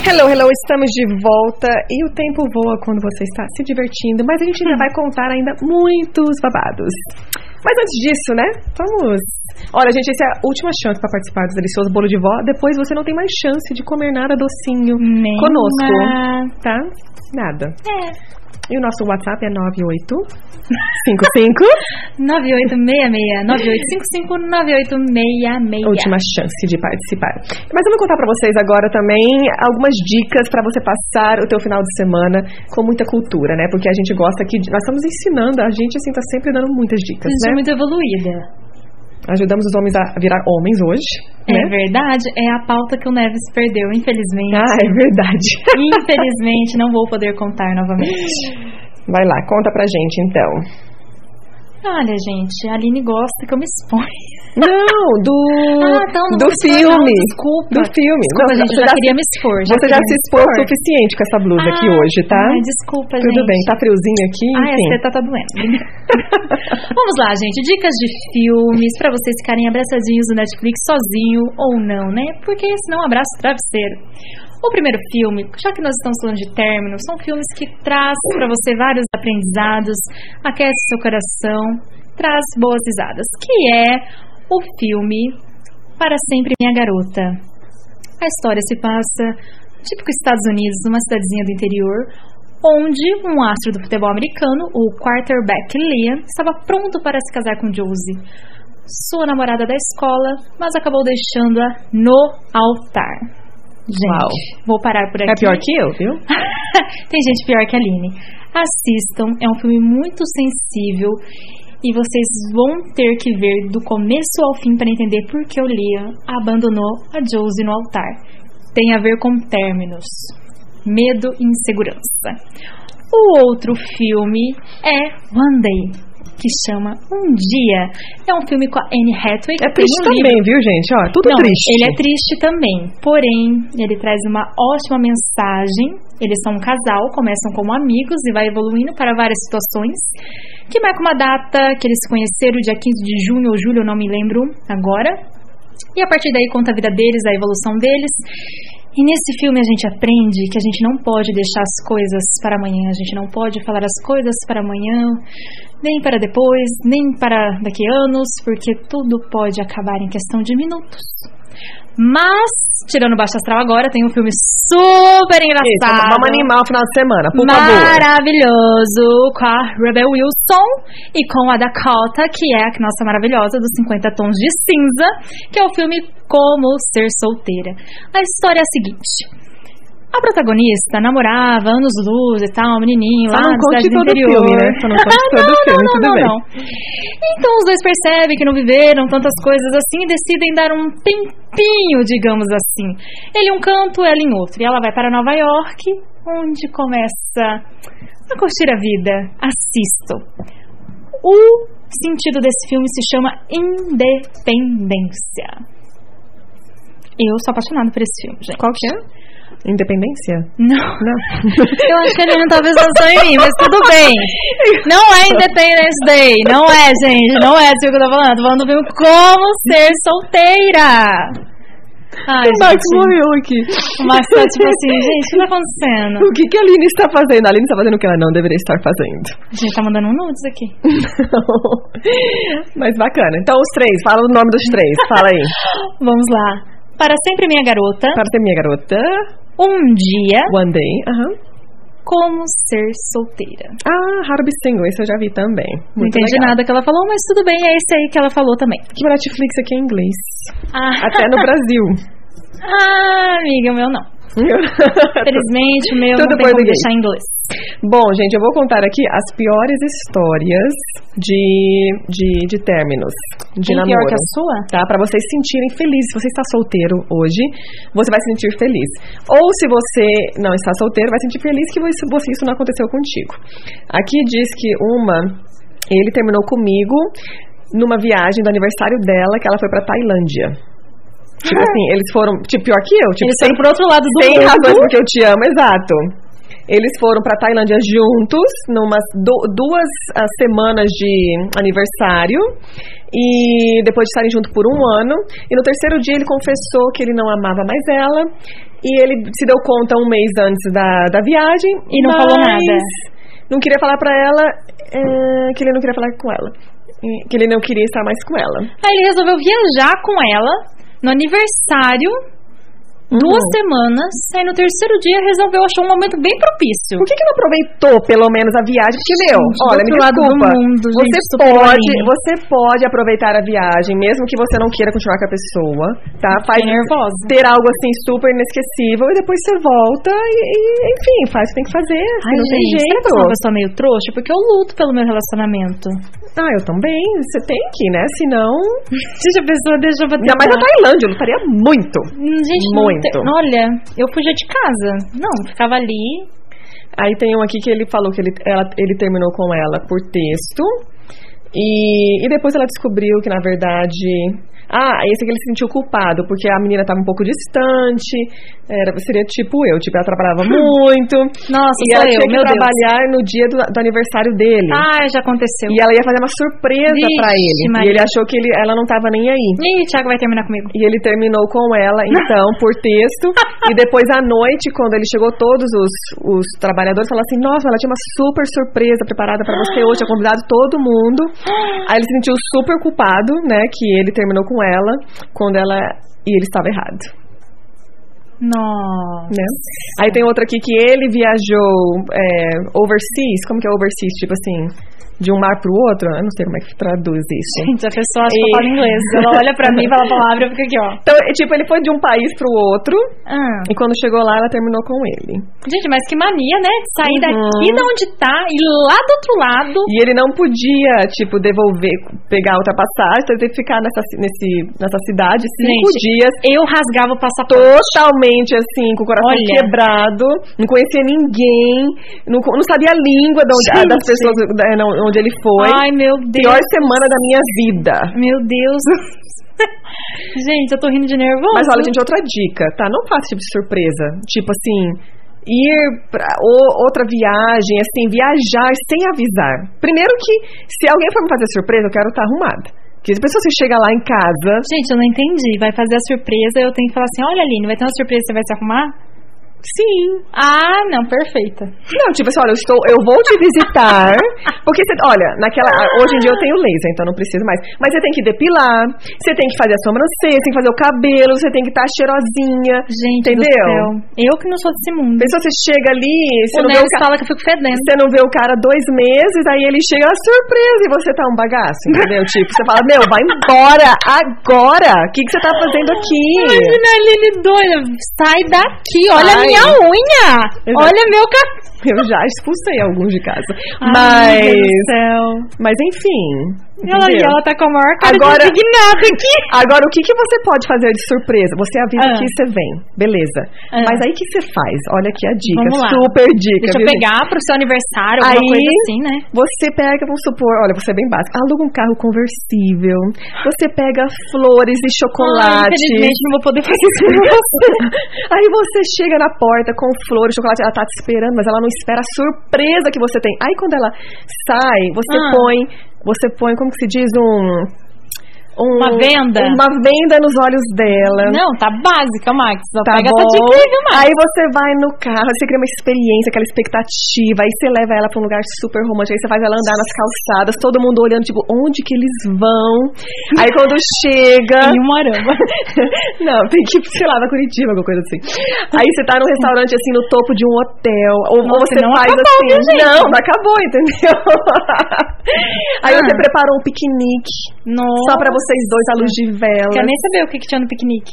S3: Hello, hello, estamos de volta e o tempo voa quando você está se divertindo, mas a gente ainda vai contar ainda muitos babados. Mas antes disso, né? Vamos. Olha, gente, essa é a última chance para participar do delicioso bolo de vó. Depois você não tem mais chance de comer nada docinho
S4: Nem
S3: conosco,
S4: uma.
S3: tá? Nada.
S4: É.
S3: E o nosso WhatsApp é 9855.
S4: 9866, 9855, 9866.
S3: última chance de participar. Mas eu vou contar pra vocês agora também algumas dicas pra você passar o teu final de semana com muita cultura, né? Porque a gente gosta que nós estamos ensinando, a gente assim tá sempre dando muitas dicas,
S4: Gente, é
S3: né?
S4: muito evoluída.
S3: Ajudamos os homens a virar homens hoje,
S4: É
S3: né?
S4: verdade, é a pauta que o Neves perdeu, infelizmente.
S3: Ah, é verdade.
S4: Infelizmente, não vou poder contar novamente.
S3: Vai lá, conta pra gente então.
S4: Olha, gente, a Aline gosta que eu me exponha.
S3: Não, do
S4: Ah, então não
S3: do
S4: vou expor, não,
S3: filme.
S4: desculpa.
S3: Do filme.
S4: Desculpa,
S3: Não,
S4: gente, eu já queria me expor. Já
S3: Você já
S4: queria
S3: se
S4: me
S3: expôs o
S4: expor.
S3: suficiente com essa blusa aqui
S4: Ah,
S3: hoje, tá?
S4: ai, desculpa,
S3: Tudo
S4: gente.
S3: bem, tá friozinho aqui,
S4: Ah,
S3: enfim.
S4: essa teta tá doendo. Vamos lá, gente. Dicas de filmes pra vocês ficarem abraçadinhos no Netflix sozinho ou não, né? Porque senão abraço travesseiro. O primeiro filme, já que nós estamos falando de término, são filmes que traz pra você vários aprendizados, aquece seu coração, traz boas risadas, que é o filme Para Sempre Minha Garota. A história se passa, típico Estados Unidos, numa cidadezinha do interior, onde um astro do futebol americano, o quarterback Liam, estava pronto para se casar com Josie, sua namorada da escola, mas acabou deixando-a no altar. Gente,
S3: Uau.
S4: vou parar por aqui.
S3: É pior que eu, viu?
S4: Tem gente pior que a Aline. Assistam, é um filme muito sensível e vocês vão ter que ver do começo ao fim para entender por que o Liam abandonou a Josie no altar. Tem a ver com términos, medo e insegurança. O outro filme é One Day, que chama Um Dia. É um filme com a Anne Hathaway. que
S3: É
S4: tem
S3: triste
S4: um livro.
S3: também, viu, gente? Ó, tudo
S4: Não,
S3: triste.
S4: Ele é triste também. Porém, ele traz uma ótima mensagem. Eles são um casal, começam como amigos e vai evoluindo para várias situações. Que marca uma data que eles se conheceram, dia 15 de junho ou julho, eu não me lembro agora. E a partir daí conta a vida deles, a evolução deles. E nesse filme a gente aprende que a gente não pode deixar as coisas para amanhã, a gente não pode falar as coisas para amanhã, nem para depois, nem para daqui a anos, porque tudo pode acabar em questão de minutos. Mas, tirando o Baixo Astral agora, tem um filme super
S3: Isso,
S4: engraçado.
S3: vamos animar o final de semana, por favor.
S4: Maravilhoso com a Rebel Wilson e com a Dakota, que é a nossa maravilhosa dos 50 Tons de Cinza, que é o filme Como Ser Solteira. A história é a seguinte. A protagonista namorava anos luz e tal, um menininho
S3: Só
S4: lá
S3: não
S4: na
S3: conte
S4: cidade do
S3: todo o
S4: interior. Ah,
S3: filme, né? Só não conte todo o
S4: Não,
S3: filme,
S4: não,
S3: tudo
S4: não,
S3: bem.
S4: não. Então os dois percebem que não viveram tantas coisas assim e decidem dar um tempinho, digamos assim. Ele em um canto, ela em outro. E ela vai para Nova York, onde começa Pra curtir a vida, assisto. O sentido desse filme se chama Independência. Eu sou apaixonada por esse filme, gente.
S3: Qual que é? Independência?
S4: Não.
S3: Não.
S4: Eu acho que ele não tá pensando em mim, mas tudo bem. Não é Independence Day. Não é, gente. Não é isso que eu tô falando. Tô falando do filme Como Ser Solteira. Ai,
S3: o Max
S4: gente.
S3: morreu aqui.
S4: O Max tá tipo assim, gente, o que tá acontecendo?
S3: O que, que a Aline está fazendo? A Aline está fazendo o que ela não deveria estar fazendo.
S4: A gente tá mandando um nudes aqui.
S3: Não. Mas bacana. Então, os três. Fala o nome dos três. Fala aí.
S4: Vamos lá. Para sempre minha garota,
S3: Para ser minha garota.
S4: um dia,
S3: One Day. Aham.
S4: como ser solteira.
S3: Ah, Harvey Single. Esse eu já vi também.
S4: Não
S3: Muito
S4: entendi
S3: legal.
S4: nada que ela falou, mas tudo bem, é esse aí que ela falou também.
S3: Que o Netflix aqui é em inglês.
S4: Ah,
S3: Até no Brasil.
S4: ah, amiga, o meu não. Felizmente, o meu
S3: Tudo
S4: não tem como
S3: português.
S4: deixar em inglês.
S3: Bom, gente, eu vou contar aqui as piores histórias de, de, de términos de
S4: Tem
S3: namoro.
S4: pior que a sua?
S3: Tá? Pra vocês se sentirem felizes. Se você está solteiro hoje, você vai se sentir feliz. Ou se você não está solteiro, vai se sentir feliz que você, você- isso não aconteceu contigo. Aqui diz que uma, ele terminou comigo numa viagem do aniversário dela, que ela foi pra Tailândia. Tipo assim, eles foram, tipo, pior que eu. Tipo,
S4: Ah. Eles
S3: sem-
S4: foram tá pro outro lado do
S3: tem
S4: mundo.
S3: razões porque eu te amo, exato. Eles foram pra Tailândia juntos, numas du- duas ah, semanas de aniversário. E depois de estarem junto por um ano. E no terceiro dia ele confessou que ele não amava mais ela. E ele se deu conta um mês antes da, da viagem.
S4: E não falou
S3: mas
S4: nada.
S3: Não queria falar pra ela eh, que ele não queria falar com ela. E Que ele não queria estar mais com ela.
S4: Aí ele resolveu viajar com ela no aniversário, duas semanas, aí no terceiro dia resolveu achar um momento bem propício.
S3: Por que, que não aproveitou, pelo menos, a viagem? Porque, meu,
S4: Gente,
S3: olha,
S4: do
S3: me
S4: outro lado do
S3: desculpa.
S4: mundo, gente,
S3: você,
S4: super
S3: pode,
S4: Aline.
S3: você pode aproveitar a viagem, mesmo que você não queira continuar com a pessoa, tá? Faz
S4: nervosa.
S3: ter algo assim super inesquecível e depois você volta e, e, enfim, faz o que tem que fazer. assim,
S4: Ai,
S3: não
S4: gente,
S3: tem
S4: será que
S3: jeito.
S4: eu sou uma pessoa meio trouxa? Porque eu luto pelo meu relacionamento.
S3: Ah, eu também. Você tem que, né? Senão.
S4: Gente, a pessoa deixa pra
S3: Ainda mais na Tailândia, eu lutaria muito.
S4: Hum, Gente, não
S3: Muito.
S4: tem- olha, eu fugia de casa. Não, ficava ali.
S3: Aí tem um aqui que ele falou que ele, ela- ele terminou com ela por texto. E, e depois ela descobriu que, na verdade. Ah, esse aqui ele se sentiu culpado, porque a menina estava um pouco distante. Era, seria tipo eu, tipo, ela trabalhava muito.
S4: Nossa,
S3: e
S4: sou
S3: ela
S4: eu,
S3: tinha que
S4: meu Deus.
S3: trabalhar no dia do, do aniversário dele.
S4: Ah, já
S3: E
S4: aconteceu.
S3: ela ia fazer uma surpresa
S4: Vixe,
S3: pra ele.
S4: Maria.
S3: E ele achou que ele, ela não tava nem aí.
S4: Ih, Thiago vai terminar comigo.
S3: E ele terminou com ela, então, por texto. e depois, à noite, quando ele chegou, todos os, os trabalhadores falaram assim: Nossa, ela tinha uma super surpresa preparada pra você hoje, tinha convidado todo mundo. Aí ele se sentiu super culpado, né, que ele terminou com ela, quando ela. E ele estava errado,
S4: Nossa.
S3: né? Aí tem outra aqui que ele viajou é, overseas. Como que é overseas? Tipo assim, de um mar pro outro? Eu não sei como é que traduz isso.
S4: Gente, a pessoa acha que eu
S3: E-
S4: falo inglês. Ela olha pra mim, fala a palavra e fica aqui, ó.
S3: Então, é, tipo, ele foi de um país pro outro.
S4: Ah.
S3: E quando chegou lá, ela terminou com ele.
S4: Gente, mas que mania, né? De sair
S3: Uhum.
S4: daqui de onde tá e ir lá do outro lado.
S3: E ele não podia, tipo, devolver, pegar outra passagem, então ele teve que ficar nessa, nesse, nessa cidade cinco
S4: Gente,
S3: dias,
S4: Eu rasgava o passaporte.
S3: totalmente assim, com o coração
S4: Olha.
S3: quebrado, não conhecia ninguém, não, co- não sabia a língua de onde,
S4: Gente.
S3: das pessoas eh, não- onde ele foi.
S4: Ai, meu Deus.
S3: Pior semana da minha vida.
S4: Meu Deus. gente, eu tô rindo de nervoso.
S3: Mas olha, gente, outra dica, tá? Não faça esse tipo de surpresa. Tipo assim, ir pra o- outra viagem, assim, viajar sem avisar. Primeiro que, se alguém for me fazer surpresa, eu quero estar arrumada. Porque se a pessoa se chega lá em casa.
S4: Gente, eu não entendi. Vai fazer a surpresa, eu tenho que falar assim: olha, Aline, vai ter uma surpresa, você vai se arrumar?
S3: Sim.
S4: Ah, não, perfeita.
S3: Não, tipo assim, olha, eu, estou, eu vou te visitar. Porque você, olha, naquela. Hoje em dia eu tenho laser, então não preciso mais. Mas você tem que depilar, você tem que fazer a sobrancelha, você tem que fazer o cabelo, você tem que estar cheirosinha.
S4: Gente, do
S3: Entendeu?
S4: céu. Eu que não sou desse mundo.
S3: Pessoa, você chega ali, você
S4: o
S3: não vê o
S4: Nelson tá
S3: ca-
S4: fala que eu fico fedendo.
S3: Você não vê o cara dois meses, aí ele chega a surpresa e você tá um bagaço, entendeu? tipo, você fala, meu, vai embora agora! O que, que você tá fazendo aqui?
S4: Imagina a Aline doida. Sai daqui, olha a
S3: Sai
S4: minha unha!
S3: Exato.
S4: Olha meu cabelo!
S3: Eu já expulsei alguns de casa.
S4: Ai, meu
S3: mas.
S4: Deus do céu.
S3: Mas enfim.
S4: Ela, e
S3: entendeu?
S4: ela tá com a maior cara
S3: Agora-
S4: de indignada aqui.
S3: Agora, o que, que você pode fazer de surpresa? Você avisa
S4: Ah.
S3: que você vem, beleza.
S4: Ah.
S3: Mas aí o que você faz? Olha aqui a dica,
S4: Vamos lá.
S3: super dica.
S4: Deixa eu
S3: viu, gente?
S4: pegar pro seu aniversário, alguma
S3: Aí-
S4: coisa assim, né?
S3: Você pega, vamos supor, olha, você é bem básico, aluga um carro conversível, você pega flores e
S4: Ai,
S3: chocolate.
S4: infelizmente não vou poder fazer isso com você.
S3: Aí você chega na porta com flores, chocolate, ela tá te esperando, mas ela não espera a surpresa que você tem. Aí quando ela sai, você
S4: Ah.
S3: põe, você põe, como que se diz, um, um-
S4: Uma venda?
S3: Uma venda nos olhos dela.
S4: Não, tá básica, Max. Só
S3: Tá
S4: pega
S3: bom.
S4: essa dica aí, viu, Max?
S3: Aí você vai no carro, você cria uma experiência, aquela expectativa, aí você leva ela pra um lugar super romântico, aí você faz ela andar nas calçadas, todo mundo olhando, tipo, onde que eles vão? Aí quando chega.
S4: Em um arama.
S3: Não, tem que ir, sei lá, na Curitiba, alguma coisa assim. Aí você tá num restaurante, assim, no topo de um hotel. Ou, ou
S4: Nossa,
S3: você
S4: não
S3: faz
S4: acabou,
S3: assim.
S4: viu, gente?
S3: Não, não acabou, entendeu? Aí você
S4: Ah.
S3: preparou um piquenique.
S4: Nossa.
S3: Só pra vocês dois, à luz de vela.
S4: Quer nem saber o que, que tinha no piquenique.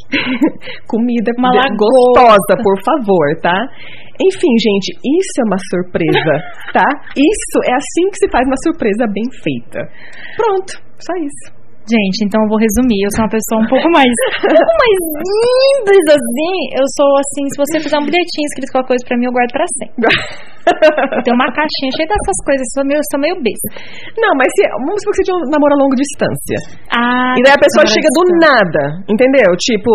S3: Comida
S4: Uma
S3: de-
S4: lagosta.
S3: gostosa, por favor, tá? Enfim, gente, isso é uma surpresa, tá? Isso é assim que se faz uma surpresa bem feita. Pronto, só isso.
S4: Gente, então eu vou resumir. Eu sou uma pessoa um pouco mais. um pouco mais simples, assim. Eu sou assim, se você fizer um bilhetinho escrito qualquer coisa pra mim, eu guardo pra sempre. Eu tenho uma caixinha cheia dessas coisas, eu sou meio, eu sou meio besta.
S3: Não, mas se, vamos supor que você tinha um namoro a longa distância. E
S4: Ah,
S3: daí a pessoa
S4: agora
S3: chega do
S4: estou.
S3: nada, entendeu? Tipo,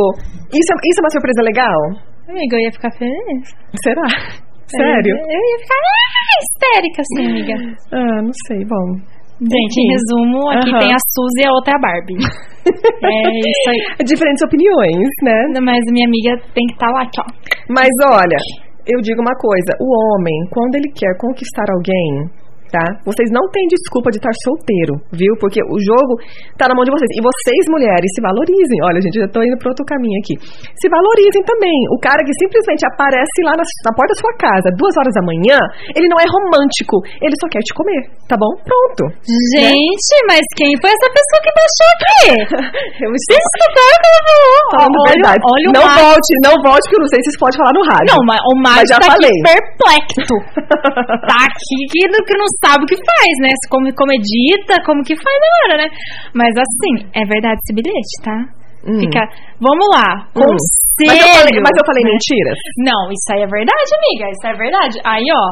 S3: isso é, isso é uma surpresa legal?
S4: Amiga, eu ia ficar feliz.
S3: Será?
S4: É.
S3: Sério?
S4: Eu ia ficar ah, histérica, assim, amiga.
S3: Ah, não sei, bom.
S4: Gente, em resumo, aqui
S3: Aham.
S4: tem a Suzy e a outra é a Barbie. é isso aí.
S3: Diferentes opiniões, né?
S4: Mas minha amiga tem que estar lá, aqui, ó.
S3: Mas olha, eu digo uma coisa: o homem, quando ele quer conquistar alguém, tá? Vocês não têm desculpa de estar solteiro, viu? Porque o jogo tá na mão de vocês. E vocês, mulheres, se valorizem. Olha, gente, eu já tô indo pra outro caminho aqui. Se valorizem também. O cara que simplesmente aparece lá na, na porta da sua casa, duas horas da manhã, ele não é romântico. Ele só quer te comer, tá bom? Pronto.
S4: Gente, mas quem foi essa pessoa que baixou aqui?
S3: Eu estou
S4: Vocês escutaram o que ela falou?
S3: falando
S4: olha,
S3: verdade.
S4: olha o
S3: não
S4: Max.
S3: volte, não volte, porque eu não sei se isso pode falar no rádio.
S4: Não, mas o Max
S3: Mas já
S4: tá
S3: falei.
S4: aqui perplexo. Tá aqui que, não- que não sabe o que faz, né? Se Como, como edita, como que faz agora, né? Mas assim, é verdade esse bilhete, tá?
S3: Hum.
S4: Fica, vamos lá,
S3: Hum. Mas eu
S4: conselho. né?
S3: falei, mas eu falei mentiras.
S4: Não, isso aí é verdade, amiga. Isso é verdade. Aí, ó.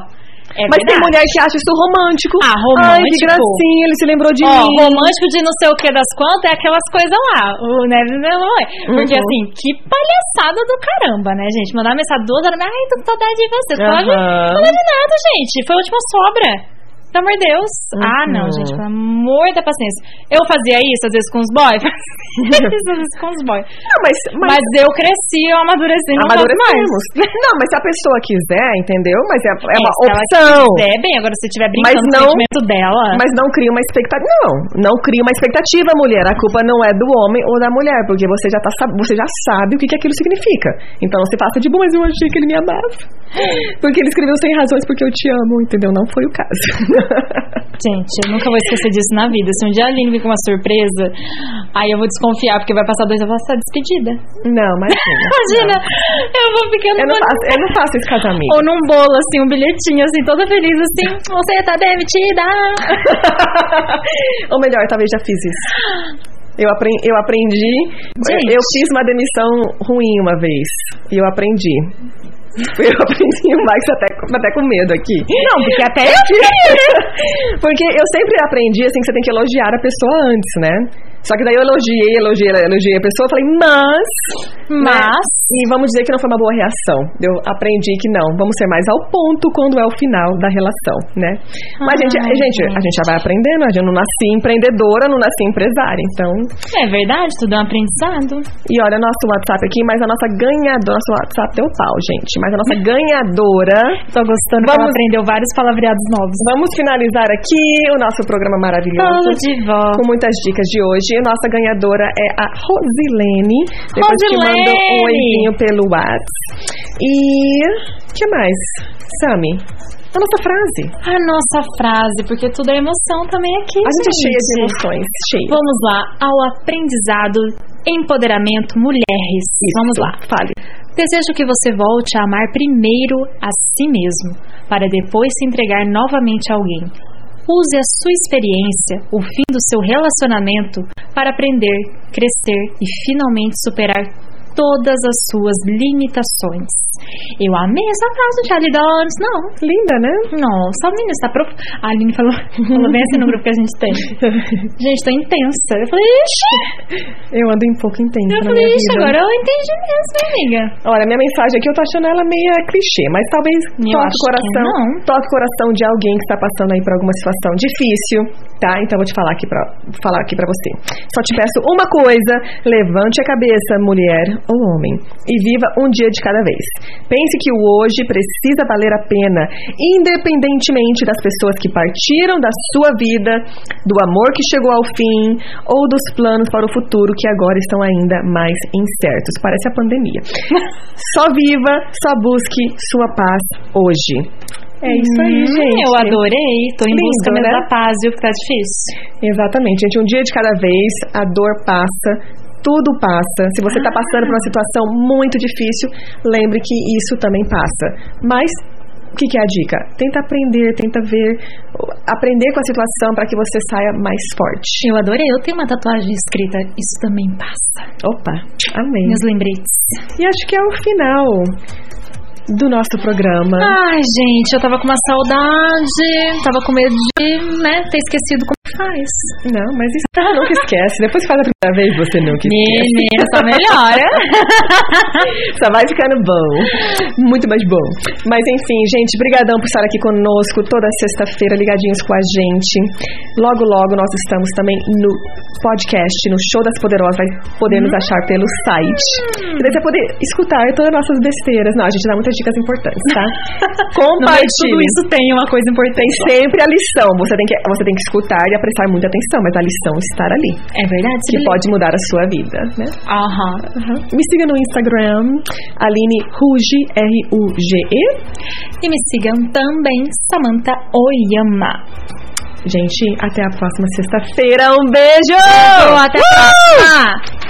S4: É
S3: Mas tem
S4: verdade.
S3: mulher que acha isso romântico.
S4: Ah, romântico.
S3: Ai, que gracinha, ele se lembrou de
S4: Ó,
S3: mim.
S4: romântico de não sei o que das quantas é aquelas coisas lá. O Neves não é. Porque
S3: Uhum.
S4: assim, que palhaçada do caramba, né, gente? Mandar mensagem duas horas, ai, tô com saudade de você. Tô
S3: Aham.
S4: de saudade de nada, gente. Foi a última sobra. Pelo amor de Deus. Ah, não,
S3: Uhum.
S4: gente, pelo amor da paciência. Eu fazia isso às vezes com os boys. Fazia isso às vezes com os boys.
S3: Não, Ah, mas, mas,
S4: Mas, eu cresci, eu amadureci, não faço mais.
S3: amadurecemos. Não, mas se a pessoa quiser, entendeu? Mas é, é uma
S4: se ela
S3: opção.
S4: É, bem, agora se estiver brincando
S3: não-
S4: com o sentimento dela.
S3: Mas não cria uma expectativa. Não, não cria uma expectativa, mulher. A culpa não é do homem ou da mulher, porque você já, tá, sab- você já sabe o que, que aquilo significa. Então não se faça de bom, mas eu achei que ele me amava. Porque ele escreveu sem razões porque eu te amo, entendeu? Não foi o caso.
S4: Gente, eu nunca vou esquecer disso na vida. Se um dia a Aline vir com uma surpresa, aí eu vou desconfiar, porque vai passar dois anos e vou estar despedida.
S3: não, mas
S4: Imagina, eu vou ficando
S3: eu não faço, eu não faço esse casamento.
S4: ou num bolo, assim, um bilhetinho, assim, toda feliz, assim, você tá demitida.
S3: Ou melhor, talvez já fiz isso. Eu, apren- eu aprendi.
S4: Gente.
S3: Eu, eu fiz uma demissão ruim uma vez. E eu aprendi. Eu aprendi o Max até, com- até com medo aqui.
S4: Não,
S3: é, né?
S4: porque até eu
S3: Porque eu sempre aprendi assim que você tem que elogiar a pessoa antes, né? Só que daí eu elogiei, elogiei, elogiei a pessoa, falei, mas. né?
S4: Mas,
S3: E vamos dizer que não foi uma boa reação. Eu aprendi que não, vamos ser mais ao ponto quando é o final da relação, né? Mas, gente,
S4: Ai,
S3: gente, a gente já vai aprendendo, a gente não nasci empreendedora, não nasci empresária, então...
S4: é verdade, tudo é um aprendizado.
S3: E olha o nosso WhatsApp aqui, mas a nossa ganhadora, nosso WhatsApp deu pau, gente, mas a nossa ganhadora...
S4: Tô gostando,
S3: Vamos-
S4: ela aprendeu vários palavreados novos.
S3: Vamos finalizar aqui o nosso programa maravilhoso.
S4: Fala de volta.
S3: Com muitas dicas de hoje. E Nossa ganhadora é a Rosilene. Depois te
S4: Rosilene!
S3: mando um oizinho pelo WhatsApp. E. que mais? Sami, a nossa frase.
S4: A nossa frase, porque tudo é emoção também aqui,
S3: A gente é cheia de emoções. Cheia.
S4: Vamos lá, ao aprendizado, empoderamento, mulheres. Vamos lá.
S3: Fale.
S4: Desejo que você volte a amar primeiro a si mesmo, para depois se entregar novamente a alguém. Use a sua experiência, o fim do seu relacionamento, para aprender, crescer e finalmente superar todas as suas limitações. Eu amei essa frase do Charlie Downs, não.
S3: Linda, né?
S4: Nossa, a menina está prof... A Aline falou, falou bem assim no grupo que a gente tem. gente, tô intensa. Eu falei, ixi!
S3: Eu ando um pouco intensa.
S4: Eu
S3: na
S4: falei,
S3: minha
S4: ixi,
S3: vida.
S4: agora eu entendi mesmo, hein, amiga.
S3: Olha, minha mensagem aqui eu tô achando ela meio clichê, mas talvez
S4: Eu
S3: toque
S4: acho
S3: o coração,
S4: que não.
S3: toque o coração de alguém que está passando aí por alguma situação difícil, tá? Então eu vou te falar aqui para falar aqui para você. Só te peço uma coisa, levante a cabeça, mulher ou homem, e viva um dia de cada vez. Pense que o hoje precisa valer a pena, independentemente das pessoas que partiram da sua vida, do amor que chegou ao fim ou dos planos para o futuro que agora estão ainda mais incertos. Parece a pandemia. só viva, só busque sua paz hoje. É isso aí,
S4: Hum,
S3: gente.
S4: Eu adorei. Tô em
S3: Lindo,
S4: busca
S3: né?
S4: mesmo da paz, viu? Que tá difícil.
S3: Exatamente, gente. Um dia de cada vez, a dor passa. Tudo passa. Se você está passando por uma situação muito difícil, lembre que isso também passa. Mas o que, que é a dica? Tenta aprender, tenta ver, aprender com a situação para que você saia mais forte.
S4: Eu adorei. Eu tenho uma tatuagem escrita. Isso também passa.
S3: Opa, amém.
S4: Meus lembretes.
S3: E acho que é o final do nosso programa.
S4: Ai, gente, eu tava com uma saudade. Tava com medo de, né, ter esquecido como faz.
S3: Não, mas isso você nunca esquece. Depois que faz a primeira vez, você nunca esquece.
S4: Menina, tá é? só melhora.
S3: Só vai ficando bom. Muito mais bom. Mas enfim, gente, brigadão por estar aqui conosco toda sexta-feira, ligadinhos com a gente. Logo, logo nós estamos também no podcast, no Show das Poderosas, vai poder nos achar pelo site. E daí você vai poder escutar todas as nossas besteiras. Não, a gente dá muitas dicas importantes, tá?
S4: No meio de
S3: Compartilhe.
S4: tudo isso tem uma coisa importante.
S3: Tem sempre a lição. Você tem que, você tem que escutar e prestar muita atenção, mas a lição está ali,
S4: É verdade,
S3: que pode mudar a sua vida, né?
S4: Aham.
S3: Me siga no Instagram, Aline Ruge, R-U-G-E.
S4: E me sigam também, Samantha Oyama.
S3: Gente, até a próxima sexta-feira. Um beijo!
S4: Até a próxima!